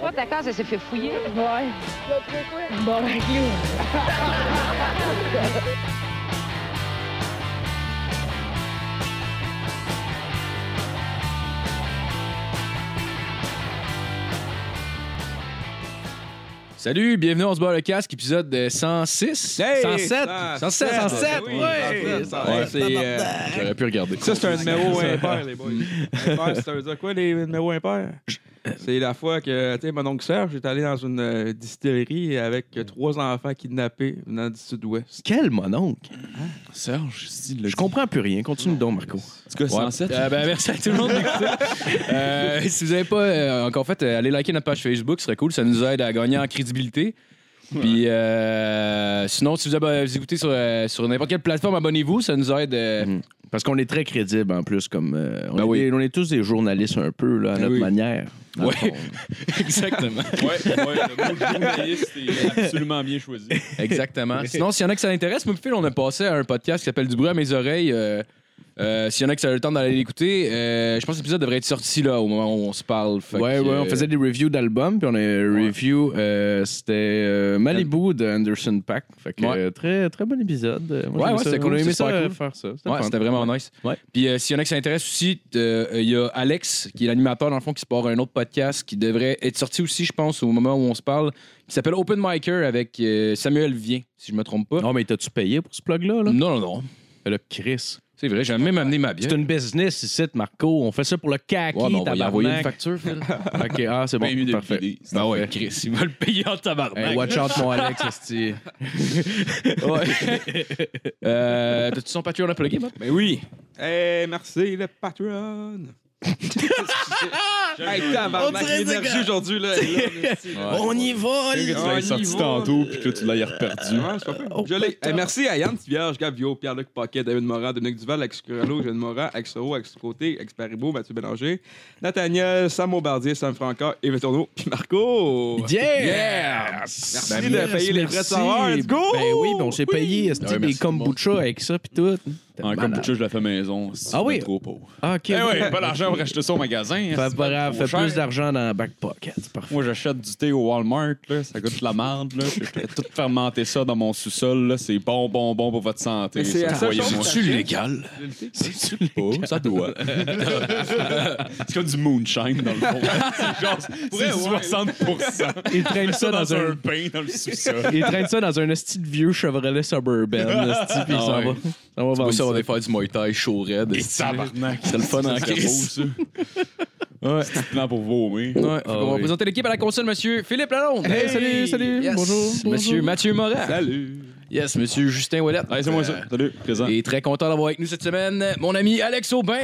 Toi, ta case, elle s'est fait fouiller. Ouais. Bon, ben, clou. Salut, bienvenue, on se bat le casque, épisode de 106. Hey! 107. 107, 107, 107, oui, ouais. 107, Ouais, 107. c'est, euh, J'aurais pu regarder. Ça, c'est un numéro Ça. impair, les boys. Impair, ça veut dire quoi, les numéros impairs? C'est la fois que, tu sais, mon oncle Serge est allé dans une euh, distillerie avec euh, trois enfants kidnappés venant du sud-ouest. Quel mononcle! Serge, si, le- Je comprends plus rien. Continue donc, Marco. En tout cas, Ouais. 107. Euh, ben, merci à tout le monde d'écouter. Euh, si vous n'avez pas euh, encore fait, euh, allez liker notre page Facebook, ce serait cool. Ça nous aide à gagner en crédibilité. Puis euh, sinon, si vous, avez- vous écoutez sur, euh, sur n'importe quelle plateforme, abonnez-vous. Ça nous aide. euh, Mhm. Parce qu'on est très crédible en plus, comme euh, on, Ben est oui. des- on est tous des journalistes un peu là, à notre oui. manière. dans le Ouais. fond. Exactement. Ouais, ouais, le mot journaliste est absolument bien choisi. Exactement. Sinon, s'il y en a qui ça l'intéresse, moi, Phil, on a passé à un podcast qui s'appelle Du bruit à mes oreilles. Euh, euh, s'il y en a qui ça a le temps d'aller l'écouter, euh, je pense que l'épisode devrait être sorti là au moment où on se parle. Fait Ouais, que, ouais, on euh, faisait des reviews d'albums, puis on a review, euh, c'était euh, Malibu de Anderson Pack. Fait que, Ouais. euh, très, très bon épisode. Euh, moi, Ouais, j'ai ouais, ça. c'était cool, On a aimé c'était ça, super euh, cool. faire ça. C'était Ouais, fun. c'était vraiment nice. Ouais. Puis euh, s'il y en a qui s'intéressent aussi, euh, il y a Alex, qui est l'animateur, dans le fond, qui se part un autre podcast qui devrait être sorti aussi, je pense, au moment où on se parle, qui s'appelle Open Micer avec euh, Samuel Vien, si je me trompe pas. Non, mais t'as-tu payé pour ce plug-là? Là? Non, non, non. Le Chris. C'est vrai, j'ai même amené ma C'est bière. une business ici, Marco. On fait ça pour le kaki, Ouais, ben, on va y tabarnak. envoyer une facture, Phil. OK, ah, c'est Bien mieux bon, de parfait. l'idée. Ben ouais, Chris, il va le payer en tabarnak. Hey, watch out, mon Alex, esti. Euh, T'as-tu son Patreon à plugger, Bob? Ben oui. Hey, merci, le patron! hey, On tabarnak, dirait l'énergie que- aujourd'hui, là. est là, merci. On y va, Tu les Ah, l'as il sorti va. tantôt, puis que là, tu l'as reperdu. Ouais, c'est pas fait. Je l'ai. Euh, Hey, merci à Yann Tivierge, Gab Vio, Pierre-Luc Paquet, David Morin, Dominique Duval, Alex Curello, Jeanne Morin, Alex Rowe, Alex Côté, Alex Paribault, Mathieu Bélanger, Nathaniel, Sam Aubardier, Sam Franca, Yves Tourneau, puis Marco. Yeah! Merci Ben, de payer les frais de savoir. Let's go! Ben oui, ben on s'est payé esti, Ah ouais, des merci, kombucha avec ça pis tout. En Malade. kombucha, Hein, je la fais maison. Ah oui. Trop pauvre. Ah, OK. Eh ouais, pas l'argent pour acheter ça au magasin. hein, Fait, c'est pas grave, trop fait cher. plus d'argent dans la back pocket. c'est Parfait. Moi, j'achète du thé au Walmart, là, ça goûte la merde. Là. Je fais tout fermenter ça dans mon sous-sol. là, C'est bon, bon, bon pour votre santé. Mais c'est ça, la seule chose croyez-moi. que C'est-tu légal? Oh, ça doit. c'est comme du moonshine dans le fond. C'est genre c'est 60 Il traîne ça dans un bain dans le sous-sol. Il traîne ça dans un esti de vieux Chevrolet Suburban, esti, pis il Ah s'en ouais. va. Ça va Moi, vendre ça, on ça. va faire du Muay Thai chaud raide. Et tabarnak. C'est le fun en C'est crise. beau, ça. C'est du plan pour vomir. Ouais, Ah on va oui. présenter l'équipe à la console, monsieur Philippe Lalonde. Hey, salut, salut, Yes. bonjour, Monsieur bonjour. Mathieu Morin. Salut. Yes, monsieur Justin Ouellet. Allez, c'est moi ça. Salut, présent. Et très content d'avoir avec nous cette semaine mon ami Alex Aubin.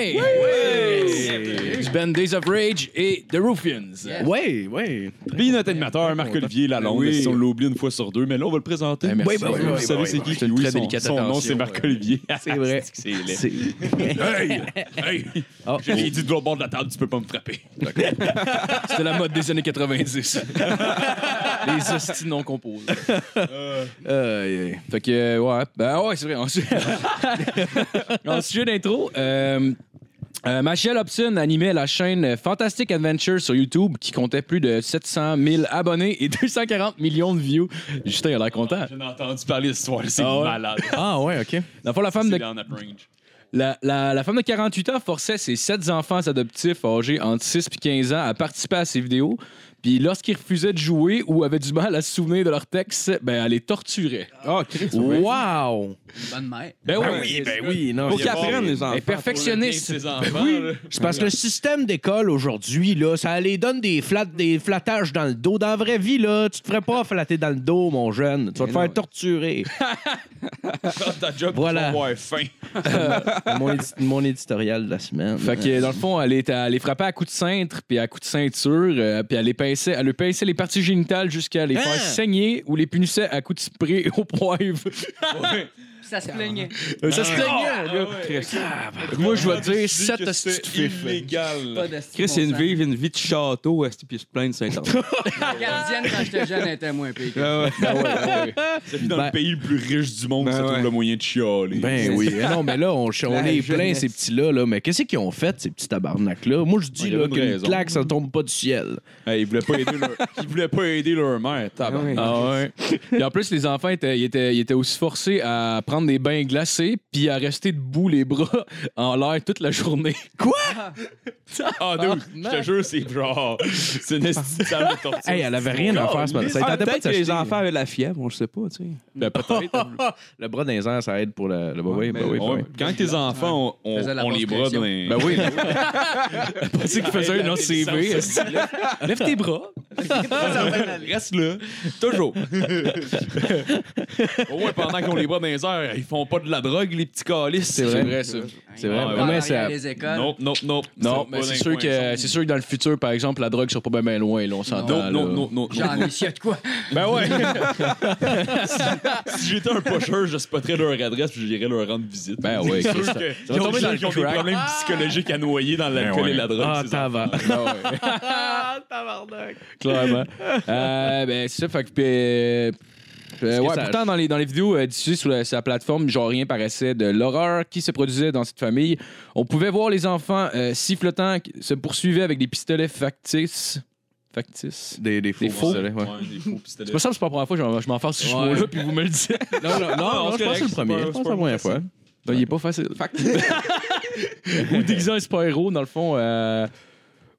Du band Days of Rage et The Ruffians. Ouais, ouais. Puis notre animateur, Marc-Olivier Lalonde, Ben Oui. si on l'oublie une fois sur deux, mais là, on va le présenter. Eh, merci. Oui, Oui, vous oui, savez oui, c'est oui. qui, C'est une Louis, très son- délicate Son nom, attention, euh, c'est Marc-Olivier. C'est vrai. C'est laid. C'est... Hey! Hey! Ah, J'ai rien dit de l'autre bord de la table, tu peux pas me frapper. C'était la mode des années 90. Les hosties non composés. euh, Fait que, euh, ouais. Ben ouais, c'est vrai. En su- En sujet d'intro, euh, euh, Michelle Hobson animait la chaîne Fantastic Adventure sur YouTube qui comptait plus de 700 000 abonnés et 240 millions de views. Justin, il a l'air content. J'en ai entendu parler de cette histoire, c'est Ah ouais? malade. Ah ouais, OK. Dans le fond, la femme de C'est dans notre range. La, la- la femme de 48 ans forçait ses sept enfants adoptifs âgés entre 6 et 15 ans à participer à ses vidéos. Puis lorsqu'ils refusaient de jouer ou avaient du mal à se souvenir de leur texte, ben, elle les torturait. Ah, Chris. Wow! Bonne mère. Ben Ah oui, ben oui, non. Pour c'est- qu'ils apprennent, les Elle est enfants. perfectionniste. Ben Ses enfants, là. C'est parce que le système d'école aujourd'hui, là, ça les donne des, flat, des flattages dans le dos. Dans la vraie vie, là, tu te ferais pas flatter dans le dos, mon jeune. Tu vas te faire torturer. Dans ta job, Voilà. tu vas avoir faim. mon, édi- mon éditorial de la semaine. Fait que dans le fond, elle, est, elle les frappait à coups de cintre, puis à coups de ceinture, euh, puis elle les pinçait, elle lui pinçait les parties génitales jusqu'à les Hein? faire saigner ou les punissait à coups de spray au poivre. ça se plaignait. Euh, Ça Ah. se plaignait, là. Moi, je vais te dire 7 petites fifs. Pas illégal. de Chris, c'est une vie, une vie de château, est-ce puis je plains de Saint-Antoine. La gardienne, quand j'étais jeune, elle était moins pire. Ah ouais. T'habites dans Ben- le pays le plus riche du monde, Ben ça ouais. trouve le moyen de chialer. Ben oui. Eh non, mais là, on, on La est plein, jeunesse. ces petits-là. Là. Mais qu'est-ce qu'ils ont fait, ces petits tabarnaks-là? Moi, je dis Il y a là, une qu'une raison. claque, ça ne tombe pas du ciel. Hey, ils voulaient pas aider leur, ils voulaient pas aider leur mère, tabarnak. Ah Ah ouais. Puis en plus, les enfants étaient, ils étaient, ils étaient aussi forcés à prendre des bains glacés puis à rester debout les bras en l'air toute la journée. Ah, dude, je te jure, c'est genre. C'est une estime de torture. Hey, elle avait rien à faire ce matin. Ça lui Ah, tentait pas Peut-être de que les s'acheter. enfants avaient la fièvre, on le sait pas, tu sais. Ben, peut-être. Le bras dans les airs, ça aide pour le. le- bah oui, Ouais, bah mais oui, bah Ouais, oui. Quand tes enfants ont, Faisait ont, la ont les bras basse dans les... Ben oui. Pas qu'ils Ah, faisaient une autre CV. Lève tes bras. Reste là. Toujours. Au moins, pendant qu'on les bras dans les airs, ils font pas de la drogue, les petits calices. C'est vrai. ça. C'est vrai. Ah, ouais. Pas Mais en c'est- arrière des écoles. Non, non, non. Non, mais c'est sûr, que, c'est sûr que dans le futur, par exemple, la drogue sera pas bien loin, là, on s'entend. Non, non, là. non, non. Genre, mais s'il y a de quoi? Ben ouais. si, si j'étais un pocheur, je spotterais leur adresse puis j'irais leur rendre visite. Ben ouais, c'est Chris, sûr ça- que va ils ont, tomber dans le ils ont des crack. problèmes psychologiques à noyer dans l'alcool ouais. et la drogue. Ah, ces ça va. Ah ouais. Clairement. Euh, ben, c'est ça, fait que. euh, euh, que ouais, ça- pourtant, dans les, dans les vidéos euh, diffusées sur la, sur la plateforme, genre rien paraissait de l'horreur qui se produisait dans cette famille. On pouvait voir les enfants euh, sifflotants qui se poursuivaient avec des pistolets factices. Factices. Des, des faux. Des faux. désolé, ouais. Ouais, des faux pistolets. C'est pas ça, c'est pas la première fois, je m'en fasse ce Ouais. mot-là, puis vous me le dites. Non, non, non, je pense que c'est c'est correct, le premier. Je c'est pas- pense que c'est c'est pas la première fois. Non, il est pas facile. Ou déguisé en super-héros, dans le fond. euh,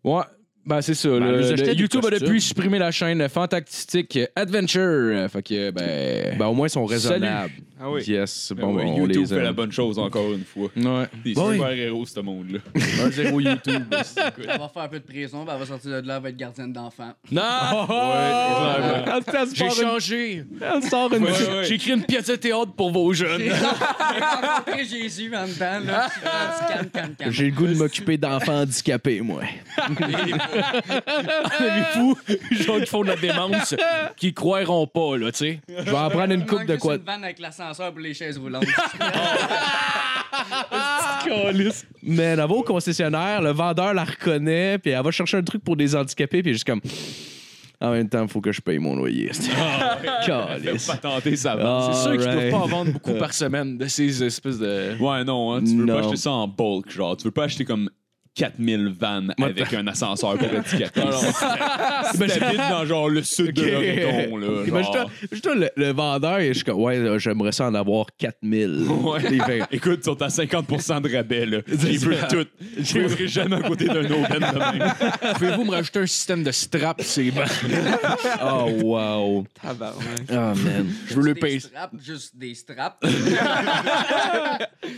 Ouais, ben c'est ça. là. nous Le- acheter des YouTube a costumes. depuis supprimé la chaîne Fantastic Adventure. Fait que, ben... Ben, au moins, ils sont raisonnables. Ah oui. Yes. Ben Bon, ouais, ben, on YouTube les fait aime. la bonne chose encore une fois. Ouais. Des Ouais. super-héros, ce monde-là. 1-0 YouTube. Elle va faire un peu de prison, puis elle va sortir de là, elle va être gardienne d'enfant. Non! Ah, Ouais, J'ai changé. ouais, ouais. J'ai écrit une pièce de théâtre pour vos jeunes. Après Jésus en dedans, là, tu te calme, calme, calme. J'ai le goût de m'occuper d'enfants handicapés, moi. Les fous, gens qui font de la démence, qui croiront pas, là, tu sais. Je vais en prendre une Il coupe manque de juste quoi. une vanne avec l'ascenseur pour les chaises roulantes. Mais elle va au concessionnaire, le vendeur la reconnaît, puis elle va chercher un truc pour des handicapés, puis elle est juste comme. En même temps, il faut que je paye mon loyer. Ah Calice. Pas tenter ça va. Ah, C'est sûr qu'ils right. doivent pas en vendre beaucoup par semaine de ces espèces de. Ouais, non, hein, tu veux Non. pas acheter ça en bulk, genre. Tu veux pas acheter comme 4000 vannes avec un ascenseur pour handicapés. Mais j'habite dans genre le sud de l'Oregon, là. Imagine-toi- genre. imagine-toi le, le vendeur, et je suis comme, ouais, là, j'aimerais ça en avoir 4000. Ouais. Écoute, ils sont à 50 de rabais, là. J'ai vu tout. Je ne jamais à côté d'un autre de même. Pouvez-vous me rajouter un système de strap, c'est bon. Oh, wow. Tabarnak. Oh, man. Je veux le Des pincer. straps, juste des straps.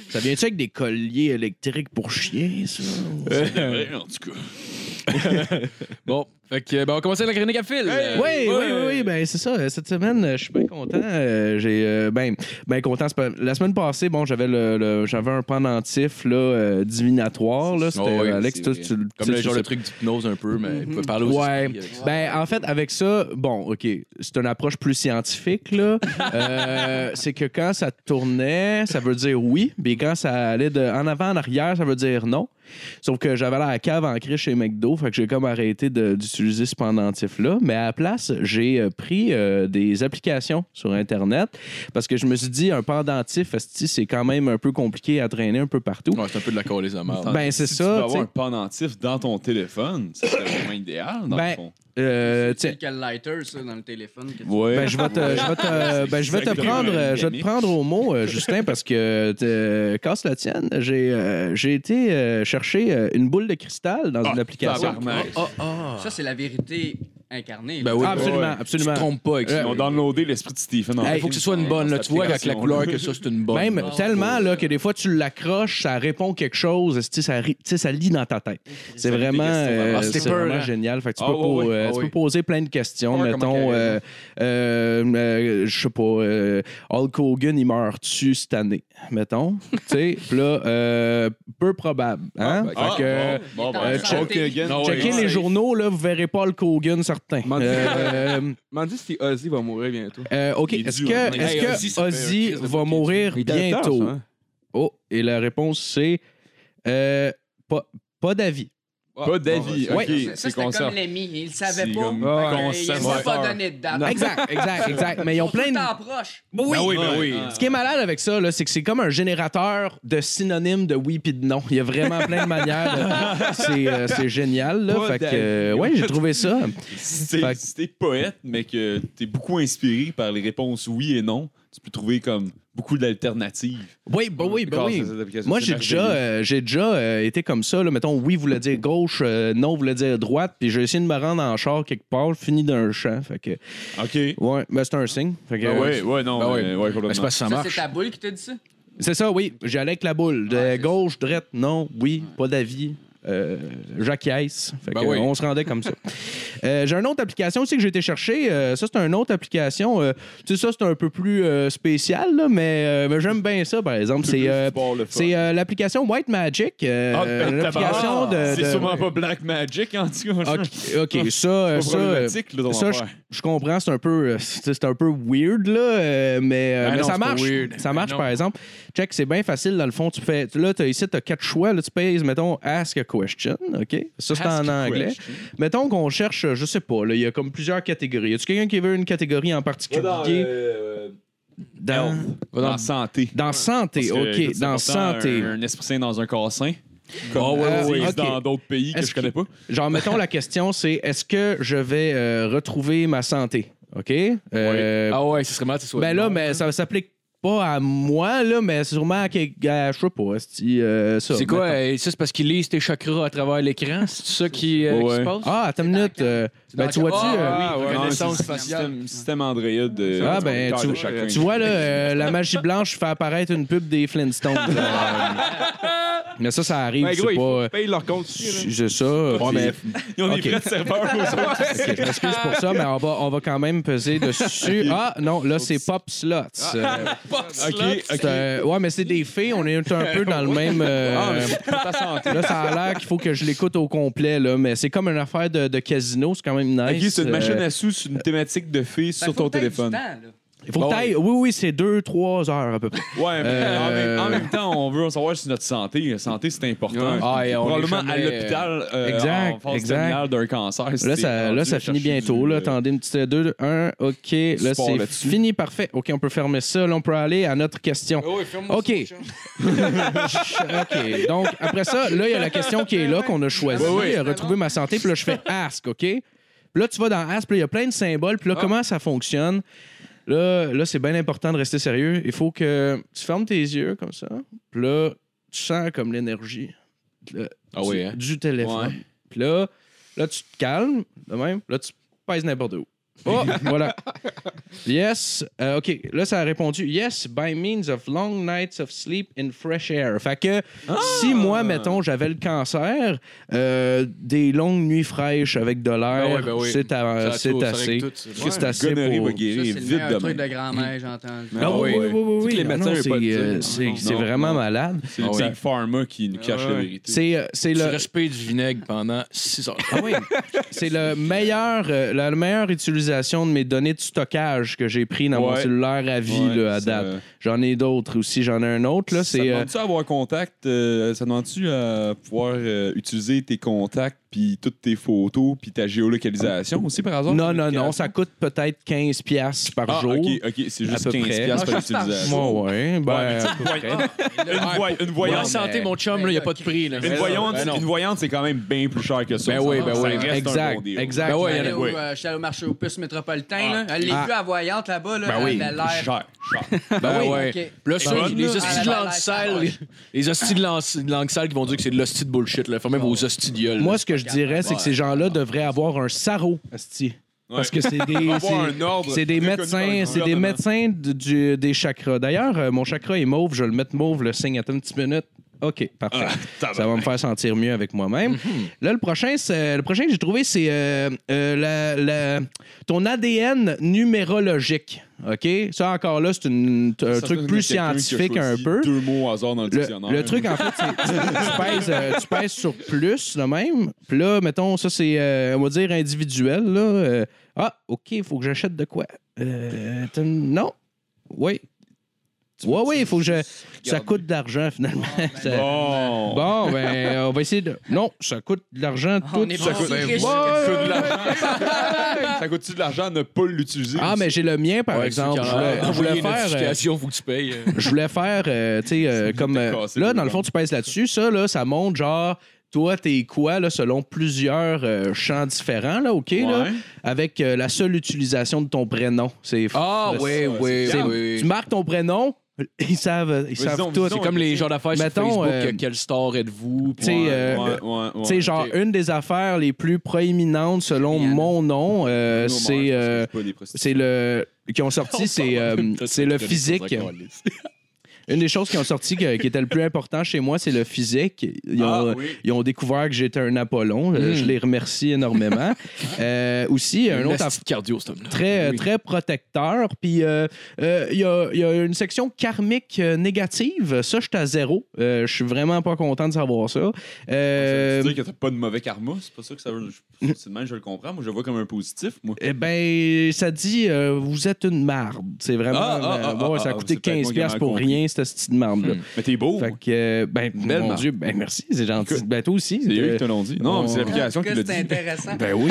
Ça vient-tu avec des colliers électriques pour chiens, ça? Ouais, en tout cas. Bon, fait que, ben, on commence avec la chronique à Euh, fil. Oui, oui, oui, oui, ben c'est ça. Euh, Cette semaine, euh, je suis bien content. Euh, j'ai euh, ben, ben content. C'est pas- La semaine passée, bon, j'avais le, le- j'avais un pendentif là, euh, divinatoire. Là, c'était euh, Oh oui, Alex, c'est toi, vrai. tu tu- Comme le genre tu sais Mm-hmm. de truc d'hypnose un peu, mais il peut parler aussi. Ouais. Ben, en fait, avec ça, bon, OK, c'est une approche plus scientifique, là. Euh, c'est que quand ça tournait, ça veut dire oui, mais quand ça allait de en avant, en arrière, ça veut dire non. Sauf que j'avais la cave ancrée chez McDo, fait que j'ai comme arrêté de- d'utiliser ce pendentif-là. Mais à la place, j'ai euh, pris euh, des applications sur Internet parce que je me suis dit, un pendentif, esti, c'est quand même un peu compliqué à traîner un peu partout. Ouais, c'est un peu de la colise à mort. Ben, c'est Ah, Si ça. tu peux tu sais. avoir un pendentif dans ton téléphone, ça serait vraiment idéal, dans Ben, le fond. Euh, tu sais, C'est quel lighter, ça, dans le téléphone. que tu- Ouais. Ben, je vais te, je vais te- ben, je vais te Exactement. prendre, euh, je vais te Gamique. prendre au mot, euh, Justin, parce que euh, casse la tienne. J'ai, euh, j'ai été euh, chercher euh, une boule de cristal dans une application. Tabarnak. Ça, c'est la vérité incarnée. Ben là. oui. Ah, absolument, Ouais. absolument. Tu te trompes pas avec Ils ça. ont downloadé l'esprit de Stephen. Il faut que ce soit une bonne. Là, tu vois, avec la couleur, que ça, c'est une bonne. Même là. Ah, tellement là, que des fois tu l'accroches, ça répond quelque chose, esti, ça, ri- tu sais, ça lit dans ta tête. C'est lit des vraiment, questions euh, vraiment. Ah, c'était c'est peur, vraiment hein. génial. Fait que tu, Ah, peux, ouais, po- ouais. euh, Ah, tu oui. peux poser plein de questions. Peur comment mettons, qu'elle euh, hein. euh, euh, je sais pas, euh, Hulk Hogan, il meurt-tu cette année? Mettons. tu sais, Puis là, euh, peu probable. Hein? Ah, Fait que, euh, bon, bon, Il est en ben, santé. check again. Checkez les journaux, là, vous verrez pas Hulk Hogan se certain. M'en dis- Euh, M'en dis si Ozzy va mourir bientôt. Ben, euh, OK, Il est est-ce dur, hein. que, Hey, est-ce que Ozzy, ça fait euh, un Ozzy Christ de va bon mourir Il était tard, ça, bientôt? hein? Oh, et la réponse, c'est euh, pas, pas d'avis. Ah, Pas d'avis. bon, Ouais. OK, Ça, c'est c'était qu'on comme sort. l'ami. Il le savait C'est pas. comme Fait que, Il conservateur. s'est pas donné de date. Non. Exact, exact, exact. Mais ils ont Ils sont plein tout de. le temps proches. Oui, Ben oui, ben oui. Ce qui est malade avec ça, là, c'est que c'est comme un générateur de synonymes de oui puis de non. Il y a vraiment plein de manières. de- C'est, euh, c'est génial. Là. Pas Fait que, d'avis. euh, ouais, j'ai trouvé ça. Si Fait t'es- que- si t'es poète, mais que t'es beaucoup inspiré par les réponses oui et non, tu peux trouver comme beaucoup d'alternatives. Oui, bah oui, bah Grâce oui. à cette application. Moi, C'est j'ai déjà, merveilleux. euh, j'ai déjà euh, été comme ça. Là. Mettons, oui voulait dire gauche, euh, non voulait dire droite. Puis j'ai essayé de me rendre en char quelque part, fini d'un champ. Fait que, OK. ouais, ben, c'est un signe. Fait que, Ah ouais, ouais, non. Ben ouais. euh, ouais, complètement. Ben, c'est parce que ça Ça, c'est marche. ta boule qui t'a dit ça? Ben, C'est ça, oui. J'allais avec la boule. De Ouais, c'est gauche, droite, non, oui, pas d'avis. Euh, Jacques Yes. Fait Ben que, oui. On se rendait comme ça. Euh, j'ai une autre application aussi que j'ai été chercher. Euh, ça, c'est une autre application. Euh, tu sais, ça, c'est un peu plus euh, spécial, là, mais, euh, mais j'aime bien ça, par exemple. C'est, euh, c'est euh, l'application White Magic. euh, Ah, ben, l'application tabarnak. de. C'est de- sûrement pas Black Magic, en tout cas. Ok, ok, ça, euh, ça, euh, problématique, là, ton ça, je, affaire. je comprends, c'est un peu, euh, c'est c'est un peu weird là, euh, mais, euh, Ben mais non, ça c'est pas marche. weird. Ça Ben marche non. par exemple. Check, c'est bien facile dans le fond. Tu fais, là, t'as, ici, tu as quatre choix. Là, tu pèses, mettons, ask a question. Ok, ça c'est Ask en a anglais. question. Mettons qu'on cherche, euh, je sais pas, là, il y a comme plusieurs catégories. Y a-tu quelqu'un qui veut une catégorie en particulier euh, euh, Euh, dans, Dans, la santé. dans santé, Parce que, écoute, ok, c'est dans important, santé. Un, un esprit sain dans un corps sain. Comme Ah, ouais, ouais, c'est ouais. dans Ok. d'autres pays que Est-ce je connais pas. Genre, mettons, la question c'est est-ce que je vais euh, retrouver ma santé? OK? Euh, Ah ouais, ce serait mal, c'est soit. ben là, mais ça s'applique pas à moi, là, mais sûrement à, quel- à- je sais pas, esti, euh, ça, C'est quoi? mettons. euh, ça, c'est parce qu'ils lisent tes chakras à travers l'écran? C'est ça qui, euh, qui Ouais. se passe? Ah, attends une dans minute. la- euh, ben, dans tu la- vois-tu. Ah, euh, Ah, ouais, oui, Non, connaissance c'est le faciale. Système, système Andréa de. Ah, ben, de tu, chacun. tu vois, là, euh, la magie blanche fait apparaître une pub des Flintstones. là. mais ça, ça arrive, Ben, c'est gros, ils pas... euh, faut qu'ils payent leur compte ici. C'est ça. Ouais, mais ils ont Ok. des frais de serveur aux autres. Ok, je m'excuse pour ça, mais on va, on va quand même peser dessus. Ah, non, là, c'est Pop Slots. Euh, OK, c'est, euh, ouais, mais c'est des fées, on est un peu dans le même... euh, Ah, mais c'est pour ta santé. Là, ça a l'air qu'il faut que je l'écoute au complet, là, mais c'est comme une affaire de, de casino, c'est quand même OK, nice. c'est une machine Euh, à sous sur une thématique de filles Fait sur que faut ton peut-être du téléphone. temps, là. il faut que t'ailles- Oui, oui, c'est deux, trois heures à peu près. Ouais, mais Euh, en, même, en même temps, on veut savoir si notre santé. La santé, c'est important. Ouais. Ah, et on est Probablement à jamais, l'hôpital euh, Exact, en phase exact. terminale d'un cancer. Là, ça, là, ça finit bientôt. Là. Attendez une petite 2, 1, OK. Là, euh, sport c'est là-dessus. fini, parfait. OK, on peut fermer ça. Là, on peut aller à notre question. Ah OK. OK. Donc, après ça, là, il y a la question qui est là, qu'on a choisie. euh, Oui, oui. Retrouver ma santé. Puis là, je fais Ask, OK? Puis là, tu vas dans Ask, puis là, il y a plein de symboles. Puis là, comment ça fonctionne? Là, là c'est bien important de rester sérieux. Il faut que tu fermes tes yeux comme ça. Puis là, tu sens comme l'énergie le- Ah du, oui, hein? du téléphone. Ouais. Puis là, là, tu te calmes, de même. Là, tu pèses n'importe où. Oh, voilà. Yes. euh, OK. Là, ça a répondu Yes, by means of long nights of sleep in fresh air. Fait que si moi, mettons, j'avais le cancer, euh, des longues nuits fraîches avec de l'air, Ben oui, ben oui. c'est Ça à- a c'est tout, ça assez. règle tout, ça. C'est assez Gonorrhée pour... va Ça, guérir c'est le vite meilleur truc demain. de grand-mère, j'ai entendu. Ah oui, Ah oui, ouais. oui, oui, Tu sais que les Non, médecins non, veulent c'est, pas dire euh, non. C'est c'est Non, vraiment non. malade. C'est le Ah ouais. Big Pharma qui nous cache Ah la ouais. vérité. C'est euh, c'est Tu le... respires du vinaigre pendant 6 heures. Ah oui. C'est le meilleur, euh, la meilleure utilisation de mes données de stockage que j'ai pris dans mon Ouais. cellulaire à vie Ouais, là, à ça- date. J'en ai d'autres aussi. J'en ai un autre. Là, ça c'est euh, demande-tu à avoir contact? euh, ça demande-tu à pouvoir euh, utiliser tes contacts, puis toutes tes photos, puis ta géolocalisation aussi, par hasard? non, non, non. Ça coûte peut-être 15$ piastres par Ah, jour. OK, OK. C'est À juste peu près. 15 piastres par Ah, juste par utilisation. Moi, ouais. Ben, Ouais, mais tu sais, Une, voy- une Voyons voyante, santé, mon chum, il n'y a pas de prix. Là. une voyante, une voyante, c'est quand même bien plus cher que ça. Ben Ça oui, ben reste oui. un bon exact, deal. exact. Ben ouais, mais- il y J'étais en au, oui. euh, j'étais au marché aux puces métropolitain. Là. Elle est Ah. vue à voyante là-bas. Là, Ben oui. Elle a l'air- Cher, cher. Ben oui, ouais. ok. Puis là, ça, Bonne, les là. hosties de Ah, langue sale, les- les hosties de langue- de langue sale qui vont dire que c'est de l'hostie de bullshit. Là. Fermez vos hosties de gueule. Moi, ce que je dirais, c'est que ces gens-là devraient avoir un sarrau, asti. Parce que c'est des, Avoir c'est- un ordre c'est des reconnu par médecins, le c'est des gouvernement. médecins de- du- des chakras. D'ailleurs, euh, mon chakra est mauve, je vais le mettre mauve, le signe attends une petite minute. OK, Ah, parfait. ça va me faire sentir mieux avec moi-même. Là, le prochain, c'est- le prochain que j'ai trouvé, c'est euh, euh, la- la- ton ADN numérologique. OK? Ça, encore là, c'est une- un truc plus scientifique un peu. Deux mots au hasard dans le, Le, dictionnaire. le truc, en fait, c'est tu, tu pèses, euh, tu pèses sur plus, le même. Puis là, mettons, ça, c'est, euh, on va dire, individuel. Là. Euh, ah, OK, il faut que j'achète de quoi? Euh, t'as- non. Oui. Oui, oui, il faut que je... Ça coûte de l'argent, finalement. Ça- Bon. Bon, ben, on va essayer de... Non, ça coûte de l'argent. On Tout est ça pas coûte... si riche Ouais, que ça. ouais, ouais. Ça coûte-tu de l'argent à ne pas l'utiliser? bah- Ah, mais j'ai le mien, par exemple. Je voulais, je voulais faire... euh, faut que tu payes. euh. je voulais faire, euh, tu sais, euh, comme. euh, cassé, là, les dans le gens. fond, tu pèses là-dessus. Ça, là, ça monte genre. Toi, t'es quoi, là, selon plusieurs euh, champs différents, là, OK, là, Ouais. avec euh, la seule utilisation de ton prénom. C'est Ah, le- oui, oui, c'est- oui. Tu marques ton prénom, ils savent, ils Mais savent disons, tout. disons, C'est C'est comme, comme les genres d'affaires sur Mettons, Facebook, euh, euh, quelle star êtes-vous? tu sais, Ouais. euh, Ouais, ouais, ouais. tu sais, genre, une des affaires les plus proéminentes selon Rihanna. mon nom, euh, Non, mais c'est... euh, c'est pas des prostituées. c'est le qui ont sorti c'est euh, c'est le physique une des choses qui ont sorti que- qui était le plus important chez moi c'est le physique ils ont, Ah, oui. Hmm. ils ont découvert que j'étais un Apollon Euh, je les remercie énormément Euh, aussi un Une autre astuce de cardio, c'est un. aff- très Oui. très protecteur puis euh, euh, il y, a, il y a une section karmique euh, négative ça je suis à zéro Euh, je suis vraiment pas content de savoir ça Euh, Ah, Ça veut dire que t'as pas de mauvais karma, c'est pas ça que ça veut dire. C'est de même, je le comprends. Moi, je le vois comme un positif, moi. Eh ben, ça dit, euh, vous êtes une marde. C'est vraiment. Ah, ah, euh, ah, bon, ah, ça a ah, coûté c'est peut-être 15$ moi qui ai piastres mal pour compris. Hmm. rien, cette petite marde-là. Mais t'es beau. Fait que, euh, ben, Belle mon marde. Dieu, ben merci, c'est gentil. Ben, toi aussi. C'est eux euh, qui te l'ont dit. Non, mais c'est l'application qui que l'a c'est dit. intéressant. Ben oui.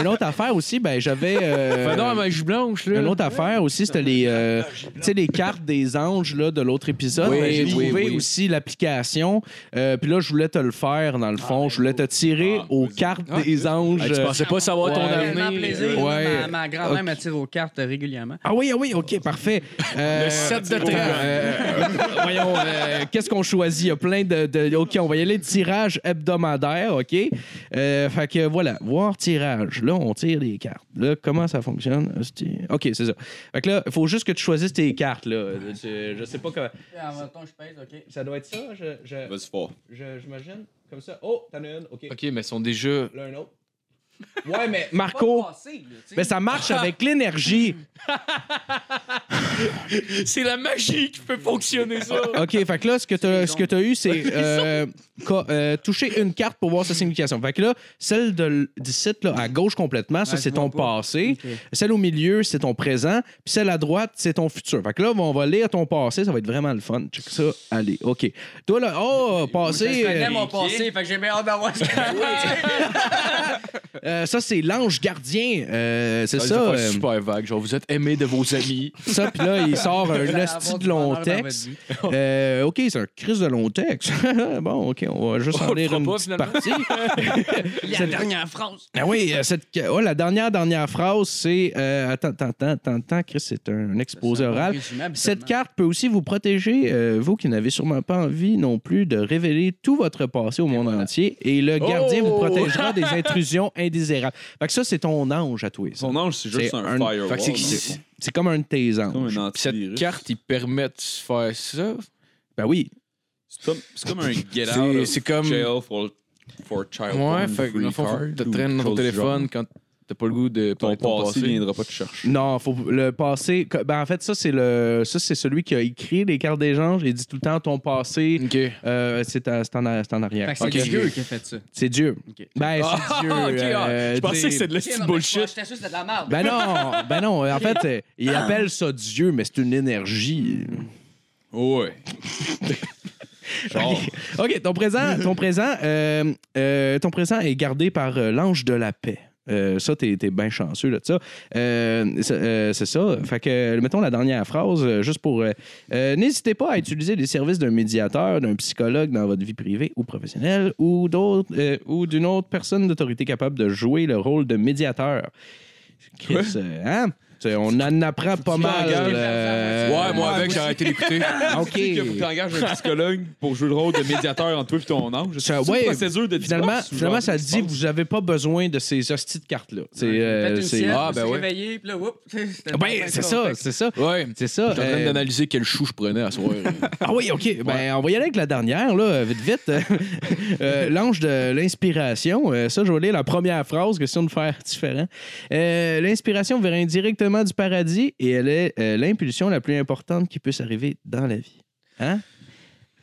Une autre affaire aussi, ben, j'avais. euh, Fais donc à ma jupe blanche, là. une autre affaire aussi, c'était les, euh, tu sais, les cartes des anges là, de l'autre épisode. Oui, Ben, J'ai oui, trouvé oui. aussi l'application. Euh, Puis là, je voulais te le faire, dans le fond. je voulais te tirer Ah, aux vas-y. cartes Ah. des anges. euh, Hey, tu pensais pas savoir ton Ouais. Tellement avenir. plaisir. Ouais. Ma, ma grand-mère me tire aux cartes régulièrement. Ah oui, ah oui, OK, parfait. Euh, Le set de euh, train. euh, voyons, euh, qu'est-ce qu'on choisit? Il y a plein de, de- OK, on va y aller tirage hebdomadaire, OK? Euh, fait que voilà, voir tirage. Là, on tire des cartes. Là, comment ça fonctionne? Hostie. OK, c'est ça. Fait que là, il faut juste que tu choisisses tes cartes, là. Je, je sais pas comment... je pèse, OK. Ça doit être ça, je, je, Vas-y fort. je- j'imagine. Comme ça. Oh, t'en as une, OK. Ok, mais ils sont déjà. Là, un autre. Ouais, mais Marco... Ben, Mais ça marche Ah. avec l'énergie. C'est la magie qui peut fonctionner ça. OK, fait que là, ce que t'as- ce que tu as eu, c'est euh, ca- euh, toucher une carte pour voir sa signification. Fait que là, celle de l- du site, là, à gauche complètement, ça, Ouais, je c'est ton vois pas. passé. Ok. Celle au milieu, c'est ton présent. Puis celle à droite, c'est ton futur. Fait que là, on va lire ton passé. Ça va être vraiment le fun. Check ça. Allez, OK. Toi, là, oh, passé. Je connais euh, mon passé, fait que j'ai bien hâte d'avoir ce que euh, ça, c'est l'ange gardien. Euh, c'est ça. Ça, euh, c'est super vague. Genre, vous êtes aimé de vos amis. ça, puis là, il sort un Vous allez hostie avoir de du bonheur long dans votre texte. vie. Euh, OK, c'est un crise de long texte. bon, OK, on va juste On en le lire fera une pas, petite finalement. partie. La dernière France. Ah oui, euh, cette... oh, la dernière, dernière phrase, c'est... euh, attends, attends, attends, attends, attends, Chris, c'est un exposé oral. Cette carte peut aussi vous protéger, euh, vous qui n'avez sûrement pas envie non plus de révéler tout votre passé au monde entier, et le gardien vous Oh! protégera des intrusions indésirables. Fait que ça, c'est ton ange à toi. ça. Son ange, c'est juste C'est un, un- firewall. Fait que non? c'est- C'est c'est comme un de tes comme anges. un Puis cette antivirus. carte, ils permettent de faire ça. Ben oui. C'est comme- C'est comme un get C'est- out c'est of comme- jail for, for Ouais, child porn fait que dans le free fond, faut card que tu ou traînes ton quelque chose du genre. téléphone quand t'as pas le goût de Ton parler de ton passé passé. viendra pas te chercher. Non, faut le passé. Ben en fait, ça c'est le, ça c'est celui qui a écrit les cartes des anges. Il dit tout le temps ton passé. Ok. euh, c'est en, c'est en arrière. C'est en Mm. Fait arrière. que c'est Ok. Dieu qui a fait ça. C'est Dieu. Ok. Ah, Ben, c'est Dieu. euh, t'sais. de la J'étais sûr que c'était de la merde. Ben non, ben non. En fait, euh, il Ah. appelle ça Dieu, mais c'est une énergie. Ouais. Genre, OK, ton présent, ton présent, euh, euh, ton présent est gardé par euh, l'ange de la paix. Euh, ça, t'es bien chanceux là, de ça. Euh, c'est euh, c'est ça. Fait que, mettons la dernière phrase, euh, juste pour. euh, euh, N'hésitez pas à utiliser les services d'un médiateur, d'un psychologue dans votre vie privée ou professionnelle ou d'autres euh, ou d'une autre personne d'autorité capable de jouer le rôle de médiateur. Chris, euh, hein? T'sais, on en apprend pas mal. t'engages? euh, Ouais, moi avec, j'ai arrêté d'écouter. OK. Tu sais que t'engages un psychologue pour jouer le rôle de médiateur entre toi et ton ange. C'est Ça- une ouais, procédure de Finalement, divorce ou finalement genre, ça qu'est-ce qui dit se passe? vous avez pas besoin de ces hosties de cartes-là. C'est, euh, Faites une c'est- sieste, ah, vous ben vous ouais. réveillez, puis là, whoop, c'était Ben, pas c'est mal ça, complexe. c'est ça. Ouais. C'est ça. Je suis en train euh, d'analyser quel chou je prenais à soir. Ah oui, OK. Ben, on va y aller avec la dernière, là, vite, vite. Euh, L'ange de l'inspiration. Euh, ça, je vais lire la première phrase, question de faire différent. Euh, l'inspiration vient indirectement du paradis et elle est euh, l'impulsion la plus importante qui puisse arriver dans la vie. Hein?